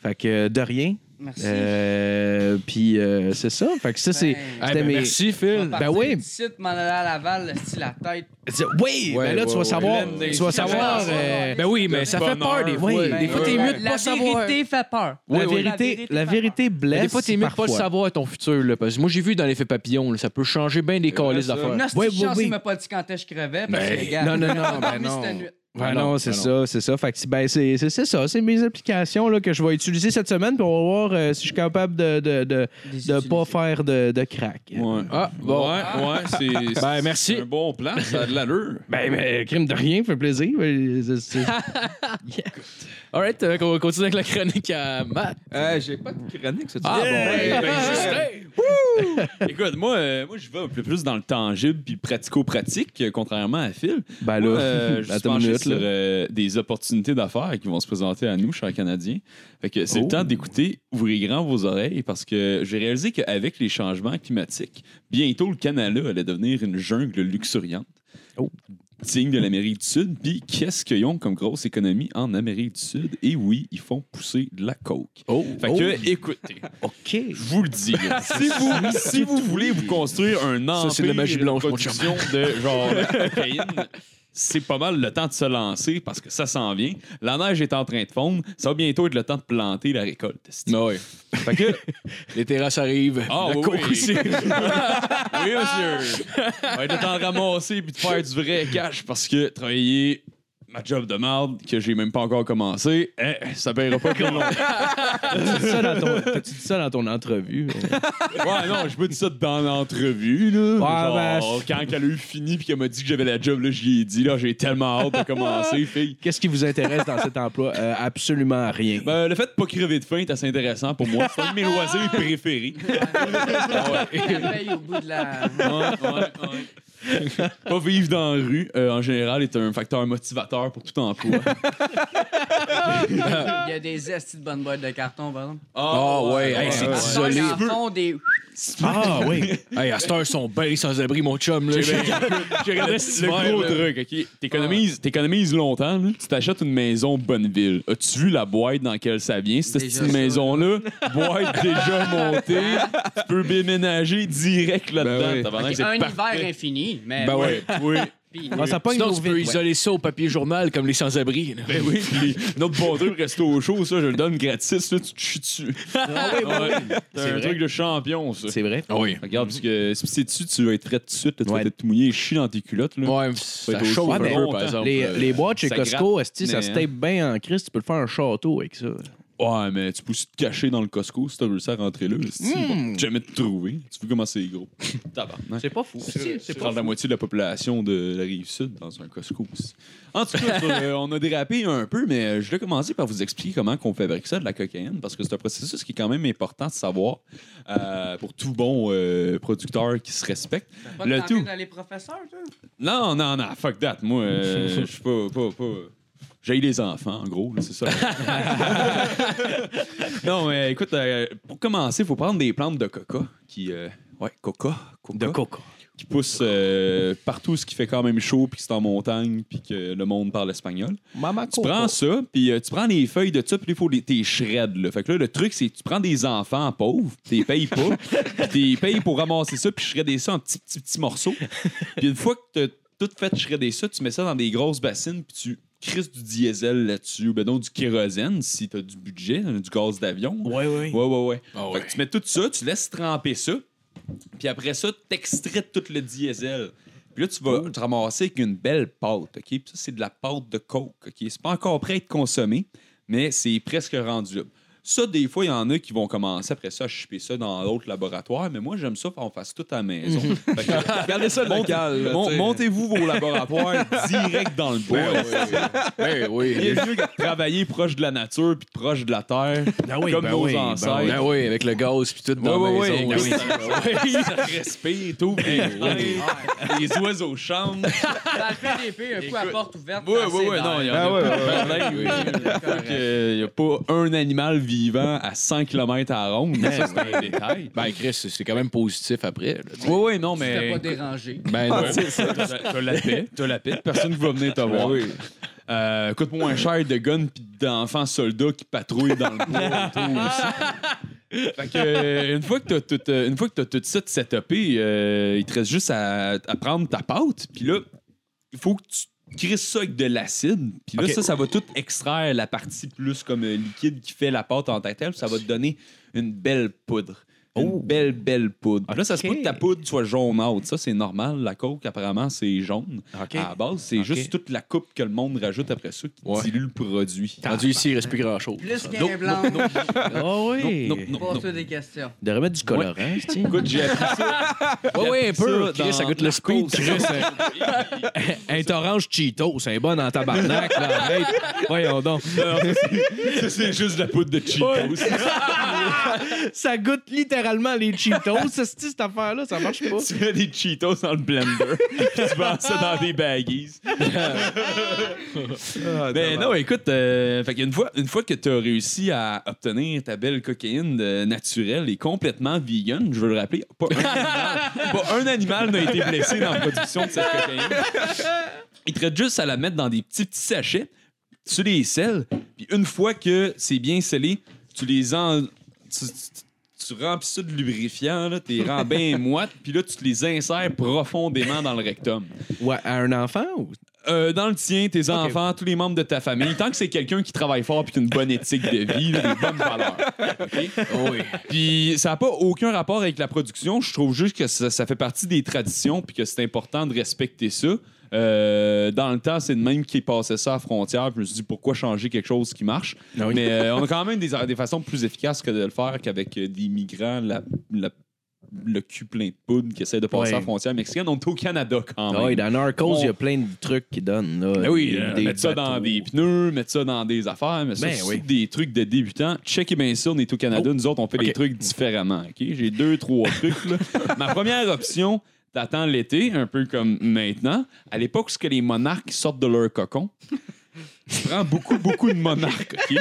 Fait que euh, de rien. Merci. Euh, Puis euh, c'est ça. Fait que ça, c'est. Ben, c'était mes- Merci, Phil. ben oui. Si tu m'en allais à Laval, si la tête. C'est- Oui, Ouais, ben là, tu ouais, vas ouais. savoir. L'année. Tu vas savoir. euh, Ben oui, mais ça fait peur des fois. Oui. Des fois, t'es la- mieux de ben la pas savoir. vérité fait peur. la, Oui, oui. vérité, la fait vérité blesse. Mais Des fois, t'es mieux de pas le parfois. savoir ton futur. Là, parce que moi, j'ai vu dans l'effet papillon, là, ça peut changer bien des calices ça. d'affaires. peur. Non, Ouais, c'est ouais, chance, oui. il m'a pas dit quand est-ce que je crevais. Parce que, Ben, regarde, non, non, non, ben j'ai dormi non. cette nuit. Ben Ben non, non, c'est ben ça, c'est ça. Fait que, ben, c'est c'est- c'est ça, c'est mes applications là, que je vais utiliser cette semaine pour voir euh, si je suis capable de de, de, Les de pas utiliser. faire de, de crack. Ouais. Ah, bon. Ouais, ouais, c'est c'est- Ben, merci. c'est un bon plan, ça a de l'allure. Ben, mais crime de rien, fait plaisir. Ben, c'est- c'est- All right, euh, on continue avec la chronique à Matt. Euh, j'ai pas de chronique, ça. Ah, bon. Ben, ben, juste- Écoute, moi, euh, moi je vais un peu plus dans le tangible puis pratico-pratique, euh, contrairement à Phil. ben Moi, là, euh, je suis attends une penché minute, sur là. euh, des opportunités d'affaires qui vont se présenter à nous, chers Canadiens. Fait que c'est Oh. le temps d'écouter, ouvrez grand vos oreilles, parce que j'ai réalisé qu'avec les changements climatiques, bientôt le Canada allait devenir une jungle luxuriante. Oh. Signe de l'Amérique du Sud, puis qu'est-ce qu'ils ont comme grosse économie en Amérique du Sud? Et oui, ils font pousser de la coke. Oh, Fait que, écoutez, OK. je vous le dis. si vous, si vous voulez vous construire un empire c'est de la magie blanche, mon chum. production de genre de cocaïne, c'est pas mal le temps de se lancer parce que ça s'en vient. La neige est en train de fondre. Ça va bientôt être le temps de planter la récolte. esti. Ben ouais. Fait que, Les terrasses arrivent. ah la oui, cour oui. aussi. oui, monsieur. Va être le temps de ramasser puis de faire du vrai cash parce que travailler ma job de merde que j'ai même pas encore commencé, eh, ça paiera pas comme longtemps. T'as-tu dit ça dans ton- T'as-tu dit ça dans ton entrevue? euh, Ouais, non, je me dis ça dans l'entrevue, là. Ouais, Genre, quand elle a eu fini puis qu'elle m'a dit que j'avais la job, là, j'y ai dit, là, j'ai tellement hâte de commencer, fille. Qu'est-ce qui vous intéresse dans cet emploi? Euh, absolument rien. Ben, le fait de pas crever de faim est assez intéressant pour moi. C'est un de mes loisirs préférés. La veille au bout de la. Ouais, ouais, ouais. Pas vivre dans la rue, euh, en général, est un facteur motivateur pour tout emploi. Il y a des estis de bonnes boîtes de carton, par exemple. Ah, ouais, hey, c'est Ah, isolé. Ils en font des. Ah oui. hey, à cette heure, ils sont bien sans abri, mon chum. Là. J'ai regardé le gros truc, ok? T'économises, t'économises longtemps, là. tu t'achètes une maison Bonneville. As-tu vu la boîte dans laquelle ça vient? Cette Déjà petite ça, maison-là, boîte déjà montée, tu peux déménager direct là-dedans. Ben oui. Tabarnak, Un c'est hiver parfait. infini, mais. Ben oui, oui. Puis- Ah, ça pogne Sinon, nos tu peux vides, ouais. isoler ça au papier journal comme les sans-abri. là. Ben oui, puis notre bon truc, rester au chaud, ça, je le donne gratis, là, tu te chies dessus. Ouais. C'est un vrai. truc de champion, ça. C'est vrai. Ah oui. Regarde, parce que si c'est dessus, tu vas être frais tout de suite, là, tu Ouais. vas être tout mouillé et chier dans tes culottes. Là. Ouais, ça être au chauffe chaud un longtemps. peu, par exemple. Les, euh, les boîtes chez ça Costco, esti, ça mais, se hein. tape bien en crise. Tu peux le faire un château avec ça. Ouais, mais tu peux aussi te cacher dans le Costco si t'as réussi à rentrer là. Si ils vont jamais te trouver. Tu veux comment c'est gros. Tabarnak. C'est pas fou. Tu parles de la moitié de la population de la rive sud dans un Costco. aussi. En tout cas, sur, euh, on a dérapé un peu, mais euh, je vais commencer par vous expliquer comment qu'on fabrique ça de la cocaïne, parce que c'est un processus qui est quand même important de savoir euh, pour tout bon euh, producteur qui se respecte. Pas Le le tout. tout. dans les professeurs, toi. Non, non, non, fuck that. Moi, euh, je suis pas. pas, pas... J'ai les enfants, en gros, là, c'est ça. non, mais écoute, euh, pour commencer, il faut prendre des plantes de coca qui. euh, ouais, coca. coca Hein? coco. qui poussent euh, partout, ce qui fait quand même chaud, puis que c'est en montagne, puis que le monde parle espagnol. Maman Tu prends ça, puis euh, tu prends les feuilles de ça, puis il faut les t'es shred, là. Fait que là, le truc, c'est que tu prends des enfants pauvres, tu les payes pas, puis tu les payes pour ramasser ça, puis shredder ça en petits, petits, petits morceaux. Puis une fois que t'as tout fait shredder ça, tu mets ça dans des grosses bassines, puis tu crisses du diesel là-dessus, ou ben donc du kérosène, si t'as du budget, euh, du gaz d'avion. Ouais, ouais. Ouais, ouais, ouais. Ah Fait que tu mets tout ça, tu laisses tremper ça, puis après ça, t'extraites tout le diesel. Puis là, tu vas te ramasser avec une belle pâte, OK? Puis ça, c'est de la pâte de coke, OK? C'est pas encore prêt à être consommé, mais c'est presque rendu là. Ça, des fois, il y en a qui vont commencer après ça à chipper ça dans l'autre laboratoire, mais moi, j'aime ça qu'on fasse tout à la maison. Fait que, Regardez ça monte- local. là, mon- tu sais. Montez-vous vos laboratoires direct dans le bois. Ben Il oui. est mieux que de travailler proche de la nature puis proche de la terre, Ben oui, comme ben nos oui, ben ancêtres. Ben oui, avec le gaz puis tout dans Ouais, la ouais, maison. Ben ouais, oui. Ça respire, tout. Les oiseaux chantent. Dans le PDP, un coup à porte ouverte. Oui, oui, oui, non, il y en a Ah ouais, pas ouais, de problème. Il n'y a pas un animal vivant à 100 km à la ronde. Ça, c'est un détail. Ben Chris, c'est quand même positif après. là, tu sais. Oui, oui, non, T'es mais. pas dérangé. Ben non. T'as la paix, t'as la paix. Personne qui va venir te Ah voir. Euh, coûte moins cher de guns pis d'enfants soldats qui patrouillent dans le bois et tout aussi. Fait que, euh, une fois que t'as tout, euh, une fois que t'as tout ça de setupé, euh, il te reste juste à, à prendre ta pâte, puis là, il faut que tu crisses ça avec de l'acide, puis là, Ok. ça, ça va tout extraire la partie plus comme euh, liquide qui fait la pâte en tant que telle, puis ça va te donner une belle poudre. Une belle, belle poudre. Puis Là, ça se peut Ok. que ta poudre soit jaunâtre. Ça, c'est normal. La coke, apparemment, c'est jaune. OK. À la base, c'est Ok. juste toute la coupe que le monde rajoute après ça qui Ouais. dilue le produit. Rendu ici, il reste plus grand-chose. Plus qu'un blanc, Oh oui. Non, non, non, non. pose-toi des questions. De remettre du colorant, c'est-tu? Écoute, j'ai appris ça. Ouais, ouais, un peu. Ça, Chris, ça dans goûte le speed. Narcos. Chris. hein. Un orange Cheeto, c'est bon en tabarnak. là, arrête. Voyons donc. Ça, c'est juste la poudre de Cheetos. Ça goûte littéralement les Cheetos. Ça, c'est-tu, cette affaire-là, ça marche pas. tu mets des Cheetos dans le blender. puis tu vends ça dans des baggies. Mais Ah, Ben non, écoute, euh, fait qu'une fois, une fois que tu as réussi à obtenir ta belle cocaïne euh, naturelle et complètement vegan, je veux le rappeler, pas un animal, pas un animal n'a été blessé dans la production de cette cocaïne. Il traite juste à la mettre dans des petits petits sachets, tu les scelles, puis une fois que c'est bien scellé, tu les en, tu, tu- tu remplis ça de lubrifiant, là, t'es rends bien moite, puis là tu les insères profondément dans le rectum. Ouais, à un enfant ou. Euh, dans le tien, tes enfants, tous les membres de ta famille, tant que c'est quelqu'un qui travaille fort puis qui a une bonne éthique de vie, là, des bonnes valeurs. OK? Puis ça n'a pas aucun rapport avec la production. Je trouve juste que ça, ça fait partie des traditions puis que c'est important de respecter ça. Euh, dans le temps, c'est le même qui passait ça à la frontière. puis Je me suis dit pourquoi changer quelque chose qui marche. Ah oui. Mais euh, on a quand même des, des façons plus efficaces que de le faire qu'avec euh, des migrants, la- la- le cul plein de poudre qui essaie de passer Ouais. à la frontière mexicaine. On est au Canada quand même. Ah oui, dans Narcos, il y On- a plein de trucs qui donnent. Là, Ben oui, Des- euh, des mettre ça dans bateaux. des pneus, mettre ça dans des affaires, mais ça, Ben c'est oui. Oh, des trucs de débutants. Checkez bien ça, on est au Canada, nous autres, on fait des OK. trucs différemment. ok? J'ai deux, trois trucs. là. Ma première option, t'attends l'été, un peu comme maintenant, à l'époque où ce que les monarques sortent de leur cocon. Tu prends beaucoup, beaucoup de monarques, OK?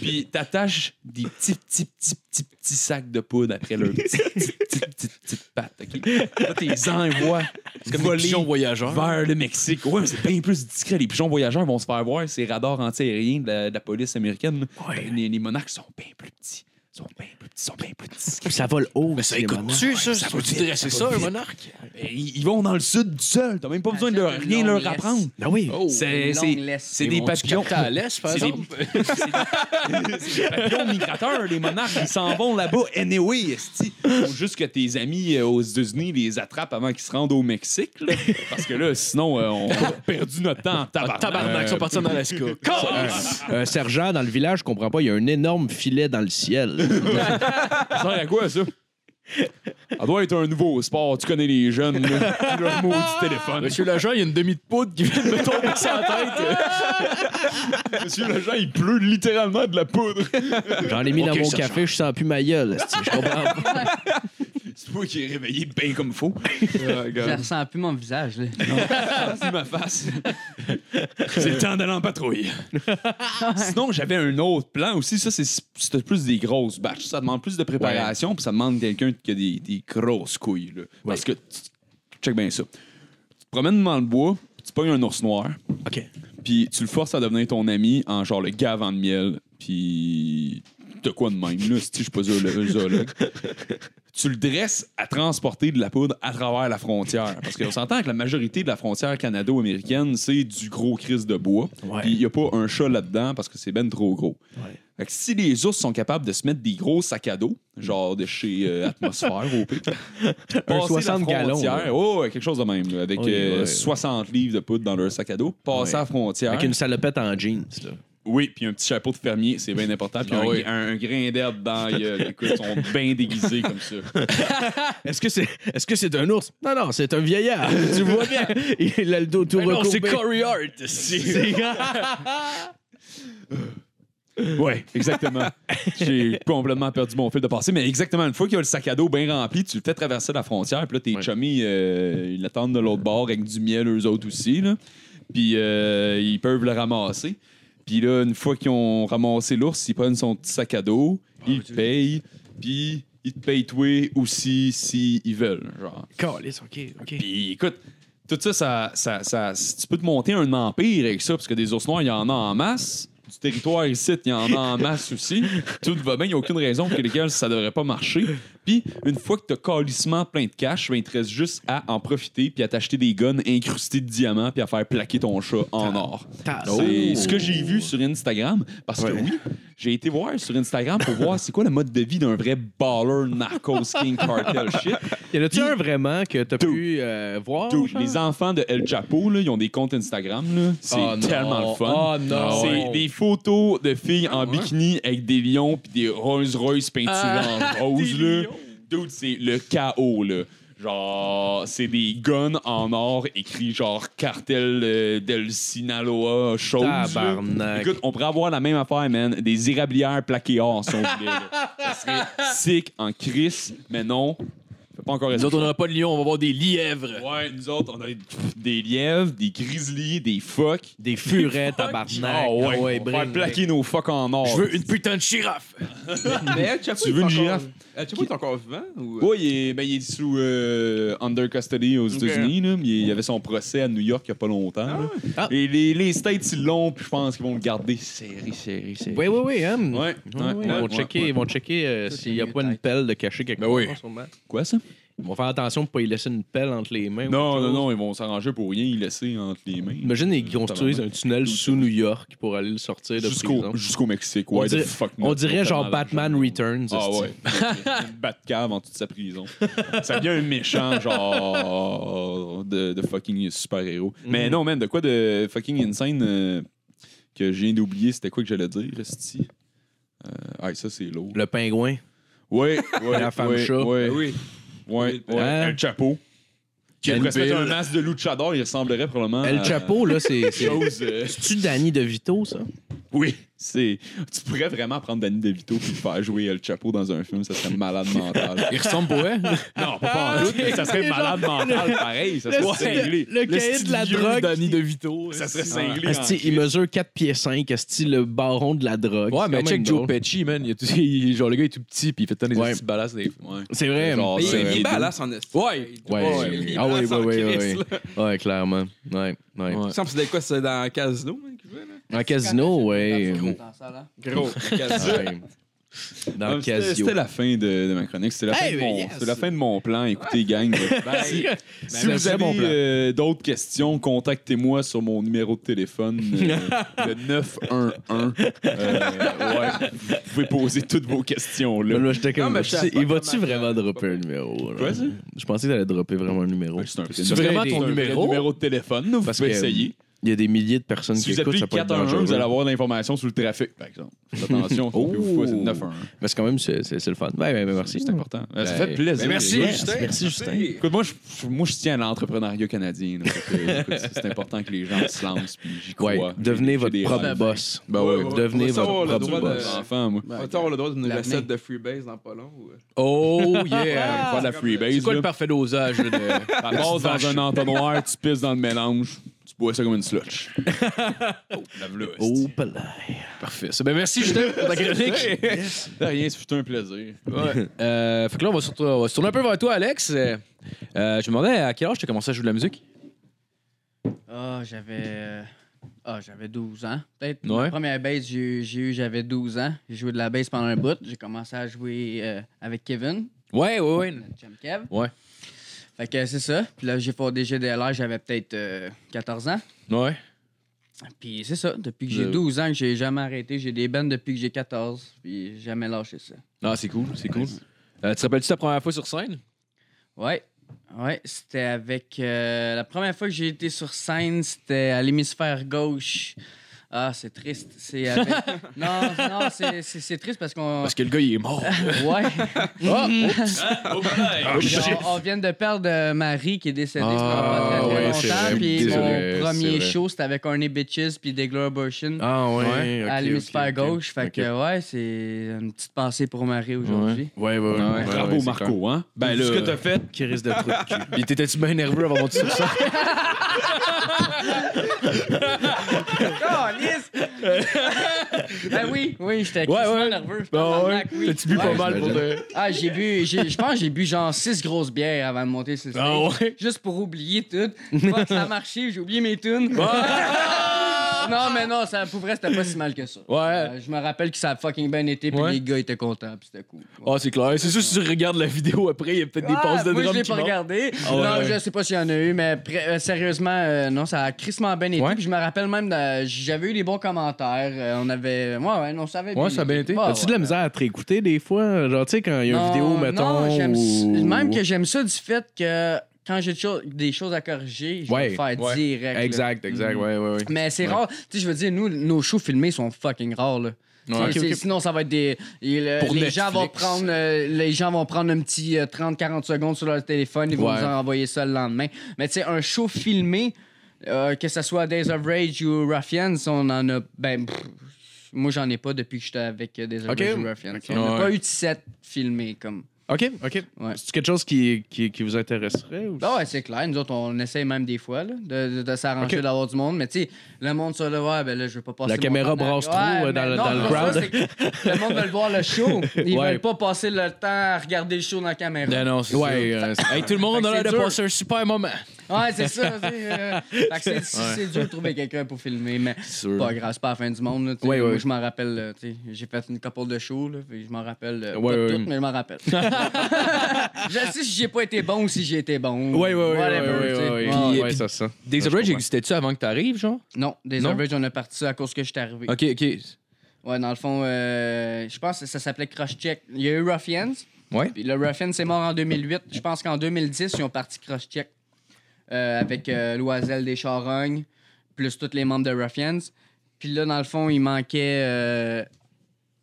Puis t'attaches des petits, petits, petits, petits, petits sacs de poudre après leurs petites, petites, petites, petites, petites pattes, OK? Là, t'es envoies C'est comme des voler pigeons voyageurs. vers le Mexique. Ouais, mais c'est bien plus discret. Les pigeons voyageurs vont se faire voir. Ces radars antiaériens de la, de la police américaine. Ben, Les, les monarques sont bien plus petits. Ils sont bien plus petits. Ils sont bien plus discrets. Ça vole haut. Mais ça les moments. écoute-tu, ça? ça Ça va tu vite, dresser ça ça, va un vite. monarque? Et Ben, Ils, ils vont dans le sud du sol. T'as même pas besoin de leur- rien leur apprendre. Ah oui. Oh, C'est une c'est- longue laisse. c'est Ils des vont-tu papillons. capter à l'est, par C'est des- exemple? C'est des papillons migrateurs, les monarques, ils s'en vont là-bas. Anyway, esti. Faut juste que tes amis euh, aux États-Unis les attrapent avant qu'ils se rendent au Mexique. là. Parce que là, sinon, euh, on a perdu notre temps en tabarnak. Tabarnak, ils sont partis en Alaska. Un sergent dans le village, je comprends pas, il y a un énorme filet dans le ciel. Ça sert à quoi, ça? Ça doit être un nouveau sport. Tu connais les jeunes, là. Leur maudit téléphone. Monsieur Lejean, il y a une demi de poudre qui vient de me tomber sur la tête. Monsieur Lejean, il pleut littéralement de la poudre. J'en ai mis Ok, dans mon sergent. café, je sens plus ma gueule. esti, Je comprends pas. C'est moi qui est réveillé bien comme faux. Je ressens plus mon visage. Là. C'est ma face. Ah. C'est le temps d'aller en patrouille. Sinon, j'avais un autre plan aussi. Ça, c'est c'était plus des grosses batches. Ça demande plus de préparation, puis ça demande quelqu'un qui a des, des grosses couilles. là. Parce que, tu- check bien ça. Tu te promènes dans le bois, tu pognes un ours noir, OK. puis tu le forces à devenir ton ami en genre le gavant de miel, puis de quoi de même, là, si je suis pas zoolo- zoologue. tu le dresses à transporter de la poudre à travers la frontière. Parce qu'on s'entend que la majorité de la frontière canado-américaine, c'est du gros crise de bois. Ouais. Puis il n'y a pas un chat là-dedans parce que c'est ben trop gros. Ouais. Fait que si les ours sont capables de se mettre des gros sacs à dos, genre de chez euh, Atmosphère au pire, passer la 60 gallons, frontière- là. Oh, ouais, quelque chose de même, là, avec Oui, euh, ouais. 60 livres de poudre dans leur sac à dos, passer Ouais. à la frontière. Avec une salopette en jeans. Là. Oui, puis un petit chapeau de fermier, c'est bien important. Puis Ah un, oui. un- un grain d'herbe dans la gueule. Écoute, ils sont bien déguisés comme ça. Est-ce que c'est est-ce que c'est un ours? Non, non, c'est un vieillard. tu vois bien. Il a le dos tout Ben non, recourbé. c'est Corey Hart. c'est- Ouais, exactement. J'ai complètement perdu mon fil de pensée, mais exactement, une fois qu'il y a le sac à dos bien rempli, tu le fais traverser la frontière, puis là, tes chummies, euh, ils l'attendent de l'autre bord avec du miel, eux autres aussi, là. Puis euh, ils peuvent le ramasser. Puis là, une fois qu'ils ont ramassé l'ours, ils prennent son petit sac à dos, Ah, ils le payent, puis ils te payent toi aussi s'ils veulent, genre. Calisse, OK, OK. Puis écoute, tout ça, ça, ça, ça- tu peux te monter un empire avec ça, parce que des ours noirs, il y en a en masse. Du territoire ici, il y en a en masse aussi. Tout va bien, il n'y a aucune raison pour laquelle ça devrait pas marcher. Puis, une fois que tu as calissement plein de cash, ben, il te reste juste à en profiter, puis à t'acheter des guns incrustés de diamants, puis à faire plaquer ton chat en or. T'as- C'est Oh. ce que j'ai vu sur Instagram, parce que oui, j'ai été voir sur Instagram pour voir c'est quoi le mode de vie d'un vrai baller narcos king cartel shit. Y en a-tu Puis- un vraiment que t'as Dude. pu euh, voir? Dude, genre? les enfants de El Chapo, là, ils ont des comptes Instagram. là. C'est Oh non. tellement le fun. Ah, Oh non. C'est Ouais. des photos de filles en bikini avec des lions puis des Rolls Royce peinturés Ah, en rose. là. Dude, c'est le chaos. Là. Genre, c'est des guns en or écrits genre cartel euh, del Sinaloa, chose. là. Tabarnak. Écoute, on pourrait avoir la même affaire, man. Des érablières plaquées or, si on voulait. là. Ça serait sick en crise, mais non. Fait pas encore Nous autres, on n'aura pas de lion, on va voir des lièvres. Ouais, nous autres, on a pff, des lièvres, des grizzlies, des phoques. Des furets, tabarnak. Ah ouais, on va bring, faire plaquer nos phoques en or. Je veux une putain de girafe. Mais El Chapo, Tu il veux est une encore- girafe? El Chapo est encore vivant? Ou... euh, Oui, il est, ben, il est sous euh, under custody aux États-Unis. là. Il, il avait son procès à New York il n'y a pas longtemps. là. Ah. Et les, les States, ils l'ont, puis je pense qu'ils vont le garder serré, serré, serré. Oui, oui, oui. Hein? Ouais, Ouais, ouais, ouais, ils ouais, vont ouais, checker, ouais. ils vont checker euh, Ça, c'est s'il n'y a mieux pas une tête. pelle de cacher quelque Ben part. oui. sûrement. Quoi, ça? Ils vont faire attention pour pas y laisser une pelle entre les mains. ou Non, quelque non, chose. non, ils vont s'arranger pour rien y laisser entre les mains. Imagine, ils construisent un tunnel sous New York pour aller le sortir de prison. Jusqu'au jusqu'au Mexique, On ouais, the dirait- fuck on not. dirait genre Totalement Batman l'argent. Returns. Ah esti. ouais. une Batcave en toute sa prison. Ça devient un méchant genre de, de fucking super-héros. Mais non, man, de quoi de fucking insane euh, que j'ai d'oublier, c'était quoi que j'allais dire, Resti? Euh, ah, ça c'est lourd. Le pingouin. Ouais, ouais, La femme ouais, chat. Ouais, Ben oui. ouais, ouais. Hein? El Chapo. Qui Ken pourrait se mettre Bill. un masque de luchador, il ressemblerait probablement. El à- Chapo, là, c'est. c'est- Chose, euh, C'est-tu Danny DeVito, ça? oui, c'est. Tu pourrais vraiment prendre Danny DeVito puis le faire jouer El Chapo dans un film, ça serait malade mental. Il ressemble pour elle. Non, Ah, pas, Ah, pas en doute, mais ça serait malade mental pareil. Ça serait cinglé. le cahier de la style drogue. Danny DeVito. Ça serait simple. cinglé. Esti, il mesure 4 pieds 5, Esti, le baron de la drogue. Ouais, C'est mais quand check même Joe drôle. Pesci, man. Il est tout- il- genre, le gars est tout petit, puis il fait tant des Ouais. petites balasses. Des... Ouais. C'est vrai. Genre, Mais ouais, c'est il vrai. est badass en est. Ouais. ouais, il est ah oui, badass en oui, oui, crise, oui. là. ouais, clairement. Ouais, ouais. Il me semble que c'était quoi? C'est dans Casino hein, qu'il jouait, là? En casino, ouais. Gros, Casino. Ouais. Dans Ah, le c'était- casino. C'était la fin de, de ma chronique. C'était la, fin Hey, de mon- yes. c'était la fin de mon plan. Écoutez, gang. si si Ben, vous c'est avez mon plan. euh, d'autres questions, contactez-moi sur mon numéro de téléphone, euh, le 911. Euh, ouais, vous pouvez poser toutes vos questions. Là, Là. là, j'étais Non, comme, mais tu je sais, sais il pas va-tu comment vraiment faire. dropper un numéro? là? Quoi, ça? Je pensais qu'il allait dropper vraiment un numéro. C'est un C'est vraiment ton vrai numéro? numéro de téléphone. là, Vous Parce pouvez que- essayer. Il y a des milliers de personnes Si qui vous écoutent, appelez le ça peut être 411, dangereux. vous allez avoir de l'information sur le trafic, par exemple. Faites attention, faut que vous fassiez le 911. Mais c'est quand même, c'est c'est- c'est le fun. Ouais, ouais, ouais, merci. C'est important. ça Ben, fait plaisir. Mais merci, Ouais. Justin. merci, Justin. Écoute, moi, je, je- moi, je tiens à l'entrepreneuriat canadien. là. Fait que, écoute, c'est c'est important que les gens se lancent, puis j'y crois. Ouais, devenez J'ai votre des propre rêves. boss. Ben Ouais, ouais, ouais, ouais. Devenez Ça, on a votre le propre droit J'ai de- des boss. enfants, moi. On va avoir le droit d'une L'avenir. recette de Freebase dans pas long. ou- euh? Oh, On va yeah. faire de la freebase. C'est quoi le là. parfait dosage là, de. Ah, Ça passe dans un entonnoir, tu pisses dans le mélange, tu bois ça comme une slush. oh, la v'là, Oh, hostie. palais. Parfait. Ça, Ben, merci, Justin, pour ta chronique. De rien, c'est un plaisir. Ouais. Euh, fait que là, on va, se retourner- on va se tourner un peu vers toi, Alex. Euh, euh, je me demandais à quel âge tu as commencé à jouer de la musique. Ah, j'avais. euh, Ah, j'avais 12 ans. Peut-être. Ouais. La première bass j'ai j'ai eu, j'avais 12 ans. J'ai joué de la bass pendant un bout. J'ai commencé à jouer euh, avec Kevin, Ouais, ouais, ouais. notre chum Kev. Ouais. Fait que c'est ça. Puis là, j'ai fondé GDLR, j'avais peut-être euh, 14 ans. Ouais. Puis c'est ça. Depuis que j'ai Euh. 12 ans, que j'ai jamais arrêté. J'ai des bands depuis que j'ai 14. Puis j'ai jamais lâché ça. Ah, c'est cool, c'est cool. Euh, tu te rappelles-tu ta première fois sur scène? Ouais. Ouais, c'était avec. euh, la première fois que j'ai été sur scène, c'était à l'hémisphère gauche Ah, c'est triste. C'est avec- non, non, c'est- c'est c'est triste parce qu'on que le gars, il est mort. Ah, ouais. Oh, voilà. Puis Ah, on, on vient de perdre euh, Marie qui est décédée pendant Ah, pas très, très ouais, c'est vrai. longtemps. Puis Désolé, mon premier c'est vrai. show, c'était avec Ernie Bitches puis des Burtion Ah ouais, à ok, l'hémisphère ok, ok. gauche. Fait Ok. que ouais, c'est une petite pensée pour Marie aujourd'hui. Ouais, ouais, ouais. ouais, Bravo, ouais, c'est clair. Marco, hein? Ben Ben là, là, fait qui risque de trou de cul. Il t'étais-tu bien nerveux avant mon petit ça? Ben oui, oui, j'étais Ouais, crissement ouais. Ben nerveux. Ah tabarnak, oui. T'as-tu bu pas Ouais. mal pour de. Ah, j'ai bu, j'ai- je pense que j'ai bu genre 6 grosses bières avant de monter sur le stage. Ah ouais? Juste pour oublier tout. Fuck, ça a marché, j'ai oublié mes tunes. non, mais non, ça, pour vrai, c'était pas si mal que ça. Ouais. Euh, je me rappelle que ça a fucking bien été, puis Ouais. les gars étaient contents, puis c'était cool. Ah, c'est clair. C'est sûr, si tu regardes la vidéo après, il y a peut-être des Ah, passes de moi, drum je l'ai qui pas manquent. regardé. ouais, non, ouais. je sais pas s'il y en a eu, mais pré- euh, sérieusement, euh, non, ça a crissement bien été. Ouais. Puis je me rappelle même, de- j'avais eu des bons commentaires. euh, on avait. Ouais, ouais, non, ça avait Ouais, ça a bien été. Ah, As-tu de ouais. la misère à te réécouter des fois? Genre, tu sais, quand il y a une Non, vidéo, mettons. Non, j'aime ça- ou- même que j'aime ça du fait que quand j'ai des cho- des choses à corriger, je vais Ouais, le faire ouais. direct. là. Exact, Mm. exact, ouais, ouais, ouais. Mais c'est rare. Tu sais, je veux dire, nous, nos shows filmés sont fucking rares, là. Tu sais, Ok, c'est- ok. Sinon, ça va être des. et le- Pour les, Netflix. gens vont prendre, euh, les gens vont prendre un petit euh, 30-40 secondes sur leur téléphone, ils vont Ouais. nous en envoyer ça le lendemain. Mais tu sais, un show filmé, euh, que ce soit Days of Rage ou Ruffians, on en a. Ben, pff, moi, j'en ai pas depuis que j'étais avec euh, Days of Ok. Rage ou Ruffians. Ok. On n'a Ouais. pas eu de set filmé comme. Ok, ok. Ouais. C'est quelque chose qui, qui, qui vous intéresserait? Ou... Ah ouais, c'est clair. Nous autres, on essaye même des fois là, de, de- de s'arranger Ok. d'avoir du monde. Mais tu sais, le monde sur le ouais, ben là, je veux pas passer. La mon caméra temps à- brasse trop, Ouais, euh, dans mais le- non, dans le pas crowd. ça, c'est que le monde veut le voir le show. Ils Ouais. veulent pas passer le temps à regarder le show dans la caméra. Non, non, c'est Ouais, ça. euh, Hey, tout le monde Fait a que l'air de c'est dur. passer un super moment. Ouais, c'est ça. c'est, euh, fait que c'est c'est dur de trouver quelqu'un pour filmer, mais Sûr. pas grave, c'est pas la fin du monde. là, tu sais. Ouais, ouais. Moi, je m'en rappelle. là, tu sais, J'ai fait une couple de shows, là, puis je m'en rappelle. euh, Ouais, pas ouais. toutes, mais je m'en rappelle. je sais si j'ai pas été bon ou si j'ai été bon. Ouais, ouais, ouais. Whatever, ouais, tu ouais, sais. ouais, Ouais, ouais, ouais. euh, ouais, ça, ça. Des Ça, Rage je comprends. existait-tu avant que t'arrives, genre? Non, des Non? Average, on a parti ça à cause que j'étais arrivé. Ok, ok. Ouais, dans le fond, euh, je pense que ça s'appelait Crush Check. Il y a eu Ruffians. Ouais. Puis le Ruffians est mort en 2008. Je pense qu'en 2010, ils ont parti Crush Check euh, avec euh, Loisel des Charognes, plus tous les membres de Ruffians. Puis là, dans le fond, il manquait. euh,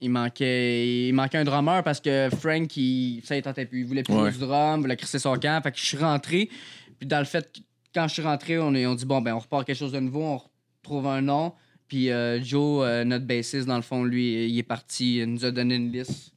il manquait, il manquait un drummer parce que Frank, il, ça, il tentait plus. Il voulait plus Ouais. jouer du drum, il voulait crisser son camp. Fait que je suis rentré. Puis dans le fait, que- quand je suis rentré, on, est- on dit bon, ben, on repart quelque chose de nouveau, on retrouve un nom. Puis euh, Joe, euh, notre bassiste, dans le fond, lui, il est parti, il nous a donné une liste.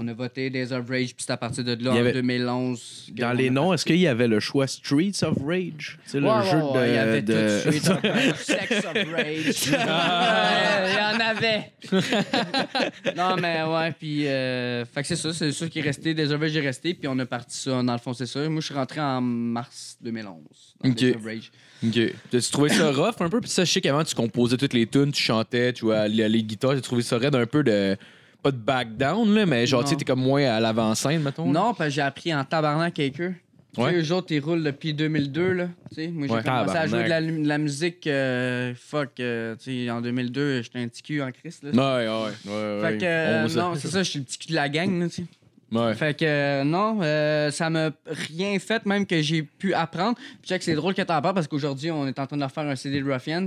On a voté Days of Rage, puis c'est à partir de là, Il y en avait- 2011. que Dans on les a- noms, est-ce qu'il y avait le choix Streets of Rage? C'est Ouais, le ouais, jeu ouais, il y avait de. de- tout de suite un peu Sex of Rage. Euh, Il y en avait. non, mais ouais, puis. euh, fait que c'est ça, c'est sûr qu'il est resté. Days of Rage est resté, puis on a parti ça, dans le fond, c'est ça. Moi, je suis rentré en mars 2011. Dans Ok. Days of Rage. Ok. T'as-tu trouvé ça rough un peu? Puis ça, je sais qu'avant, tu composais toutes les tunes, tu chantais, tu vois, les, les guitares, t'as trouvé ça raide un peu de. Pas de back down, là, mais genre, Non. tu sais, t'es comme moins à l'avant-scène, mettons. là. Non, parce que j'ai appris en tabarnak avec eux. Tu Ouais. sais, eux autres, ils roulent depuis 2002, là. Tu sais, moi, j'ai Ouais, commencé à tabarnak. jouer de la, de la musique, euh, fuck, euh, tu sais, en 2002, j'étais un petit cul en Christ, là. Ouais, ouais. Ouais, Fait ouais. que, euh, Onze. non, c'est ça, je suis le petit cul de la gang, là, tu sais. Ouais. Fait que euh, non, euh, ça m'a rien fait, même que j'ai pu apprendre. Puis je sais que c'est drôle que t'en parles parce qu'aujourd'hui, on est en train de refaire un CD de Ruffians.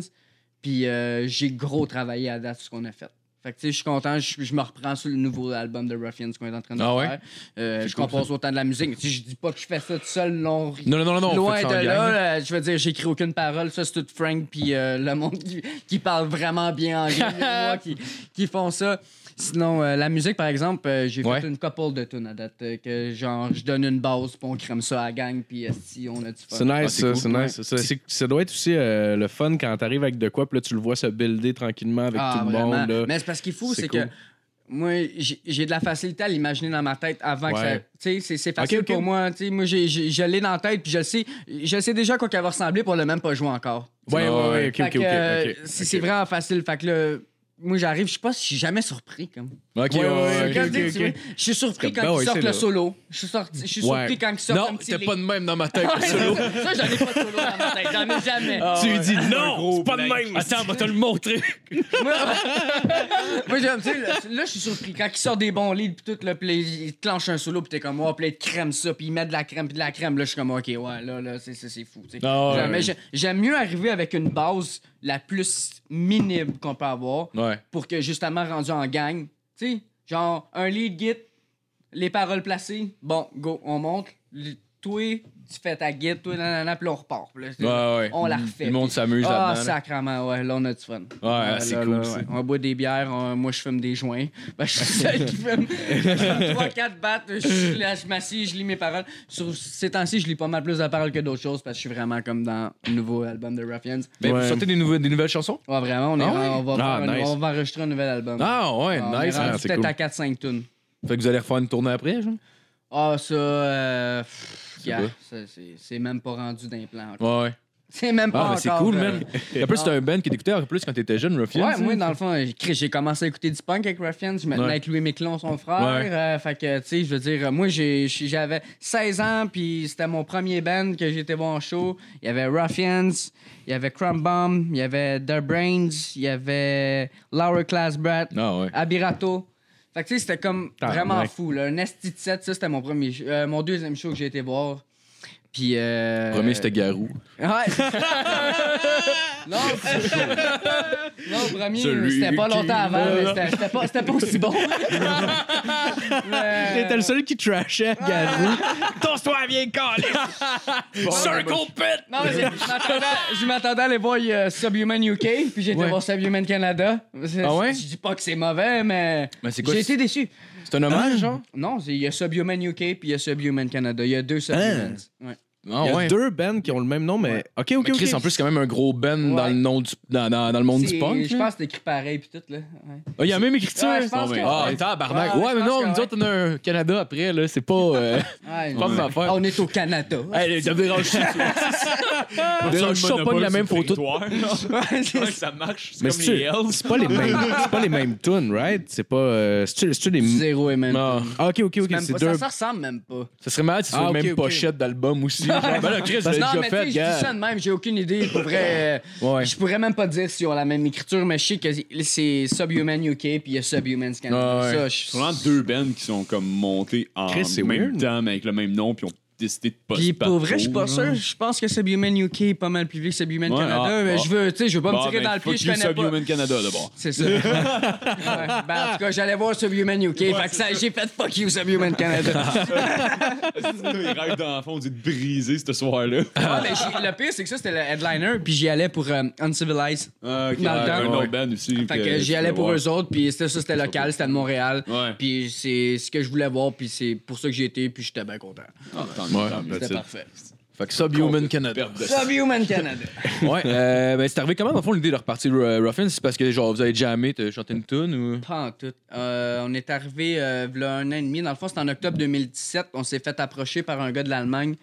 Puis euh, j'ai gros travaillé à date sur ce qu'on a fait. Fait que tu sais, je suis content, je, je me reprends sur le nouveau album de Ruffians qu'on est en train de Ah ouais? faire. Euh, je compose autant de la musique. Tu sais, je dis pas que je fais ça tout seul, non. Non, non, non, non. faut Loin que ça de en là, gagne. là, euh, je veux dire, j'écris aucune parole. Ça, c'est tout Frank, puis euh, le monde qui, qui parle vraiment bien anglais, il y a moi qui, qui font ça. Sinon, euh, la musique, par exemple, euh, j'ai Ouais. fait une couple de tunes à date. euh, que genre, je donne une base, puis on crème ça à la gang, puis euh, si on a du fun. C'est nice, ça, cool. c'est nice. Ça, c'est- ça doit être aussi euh, le fun quand t'arrives avec de quoi, puis là, tu le vois se builder tranquillement avec Ah, tout le vraiment. monde. Là. Mais c'est parce qu'il faut, C'est c'est cool. que moi, j'ai j'ai de la facilité à l'imaginer dans ma tête avant que ça. Ouais. Tu sais, c'est- c'est facile Ok, ok. pour moi. Tu sais, moi, j'ai- j'ai- je l'ai dans la tête, puis je le sais, je sais déjà quoi qu'elle va ressembler, pour le même pas jouer encore. Ouais, ouais, ouais, ok, Fait ok, que, ok. euh, ok, c'est- ok. C'est vraiment facile. Fait que là, moi, j'arrive, je sais pas si je suis jamais surpris. Comme. Ok, Ouais, ouais, ouais, Quand ok, tu ok, vois, ok. Je suis surpris Ben quand ouais, ils c'est sortent là. le solo. Je suis, sorti- je suis Ouais. surpris quand ils sortent Non, un petit t'es lick. pas de même dans ma tête. Ouais, c'est Ça, ça, j'en ai pas de solo dans ma tête. J'en ai jamais. tu lui dis Non, c'est pas de même. Attends, on va te le montrer. Moi, moi, j'aime, tu sais, là, là, je suis surpris. Quand ils sortent des bons leads, puis tout, là, puis ils clenchent un solo, puis t'es comme, oh, plein de crème, ça, puis ils mettent de la crème, puis de la crème. Là, je suis comme, ok, ouais, là, là, c'est, c'est, c'est fou. tu sais. Ah, ouais, Jamais- ouais. j'ai- J'aime mieux arriver avec une base la plus minime qu'on peut avoir Ouais. pour que, justement, rendu en gang, tu sais, genre, un lead git, les paroles placées, bon, go, on monte. Le- Toi, tu fais ta guide, toi, nanana, puis là, on repart. Puis là, c'est- Ouais, ouais. On la refait. Le monde puis- s'amuse ah, là-dedans. sacrement, ouais, là, on a du là. fun. Ouais, ah, c'est Ah, là, cool. là, ça. ouais. On boit des bières, on- moi, je fume des joints. Ben, je suis seul qui fume. 3-4 battes, je, suis là, je m'assis, je lis mes paroles. Sur ces temps-ci, je lis pas mal plus de paroles que d'autres choses parce que je suis vraiment comme dans le nouveau album de Ruffians. Ben, vous Ouais. sortez des, nouvel- des nouvelles chansons? Ouais, vraiment, on, est, Ah ouais? on, va Ah, faire un- nice. on va enregistrer un nouvel album. Ah, ouais, Ah, on est nice. rendu ah, c'est peut-être cool. à 4-5 tunes. Fait que vous allez refaire une tournée après, genre? Ah, ça, euh, pff, yeah, pas. ça, c'est c'est même pas rendu d'implant. encore. Ouais, ouais. C'est même pas Ah, mais c'est encore, cool, euh, man. En plus, c'était un band que t'écoutais en plus quand t'étais jeune, Ruffian. Ouais, moi, dans le fond, j'ai- Chris, j'ai commencé à écouter du punk avec Ruffian. Je maintenant Ouais. avec Louis Méclon, son frère. Ouais. Euh, fait que, tu sais, je veux dire, euh, moi, j'ai- j'ai- j'avais 16 ans, puis c'était mon premier band que j'étais voir en show. Il y avait Ruffians, il y avait Crumb Bomb, il y avait The Brains, il y avait Laura Class Brat, Ah, ouais. Abirato. Fait que, tu sais, c'était comme Ah, vraiment ouais. fou. Là. Un esti de 7, ça, c'était mon premier, sh- euh, mon deuxième show que j'ai été voir. Puis. Euh... Premier, c'était Garou. Ouais. non, c'est- non, premier, Celui c'était pas qui longtemps avant, mais meurt. c'était- c'était pas, c'était pas aussi bon. Euh, Mais- T'étais le seul qui trashait Ah! Garou. Tosse-toi, viens, calé. Circle pit. Non, mais c'est- je m'attendais à- je m'attendais à aller voir euh, Subhuman UK, puis j'ai été Ouais. voir Subhuman Canada. C'est- Ah ouais? Je dis pas que c'est mauvais, mais, Mais c'est quoi? j'ai été déçu. C'est un Ah, hommage, genre? Non, c'est- il y a Subhuman UK, puis il y a Subhuman Canada. Il y a deux Hein? Subhumans. Ouais. Ah, Il y a ouais. deux bands qui ont le même nom, mais. Ok, ok, Mais Chris, ok. en plus, c'est quand même un gros band dans, Ouais. le nom du- dans, dans- dans le monde C'est- du punk. Je là. pense que c'était écrit pareil, puis tout, là. Ouais. Ah, il y a même écriture. Ouais, je pense que- Ah, ouais. tabarnak. Ouais, Ouais, je mais pense non, que nous ouais. autres, on a un Canada après, là. C'est pas. euh, Ouais. pas ma affaire. Ah, on est au Canada. Hey, ça me dérange pas la même photo. Ça marche, c'est Mais comme c'est les Hells. c'est pas les mêmes, c'est pas les mêmes tunes, right? C'est pas, euh, c'est-tu c'est-tu Mm. les mêmes. Zéro et même. Non. Ah, ok, ok, ok, Même c'est pas- deux. Ça, se ressemble même pas. Ça serait malade si c'est Ah, la ok, même ok. pochette d'album aussi. genre. ben là, Chris, Parce- je l'ai Non, déjà mais tu sais, fait, je dis gars. ça de même, j'ai aucune idée. Pour vrai, euh, Ouais. je pourrais même pas dire si on a la même écriture, mais je sais que c'est Subhuman UK puis il y a Subhuman Canada. Ah ouais. Ça, je- C'est vraiment deux bands qui sont comme montés en Chris, c'est même weird. temps, mais avec le même nom, puis ont décidé de pas Puis se pour vrai, battre. je suis pas sûr. Je pense que Subhuman UK est pas mal plus vieux que Subhuman Ouais, Canada. ah, mais ah. je veux, tu sais, je veux pas Bon, me tirer ben, dans le fuck pied, je you, connais pas. Subhuman Canada, d'abord. C'est ça. Ouais. Ben, en tout cas, j'allais voir Subhuman UK. fait que ça, j'ai fait fuck you, Subhuman Canada. Il rêve dans le fond de briser ce soir-là. Ouais, mais Ah, ben, j'ai- le pire, c'est que ça, c'était le headliner. Puis j'y allais pour euh, Uncivilized. Ah, ok. Dans le Ah, temps. un Ouais. autre band aussi. Fait que tu j'y allais peux pour voir. eux autres, puis c'était ça, c'était local, c'était de Montréal. Ouais. Puis c'est ce que je voulais voir, puis c'est pour ça que j'y étais, puis j'étais bien content. Ah, tant mieux, tant mieux. C'était parfait. Fait que Subhuman Canada. Subhuman Canada. Ouais. euh, ben, c'est arrivé comment, dans le fond, l'idée de repartir euh, Ruffin? C'est parce que, genre, vous avez jamais t'as chanté une tune ou. Pas en tout. Euh, on est arrivé euh, v'là un an et demi. Dans le fond, c'était en octobre 2017. On s'est fait approcher par un gars de l'Allemagne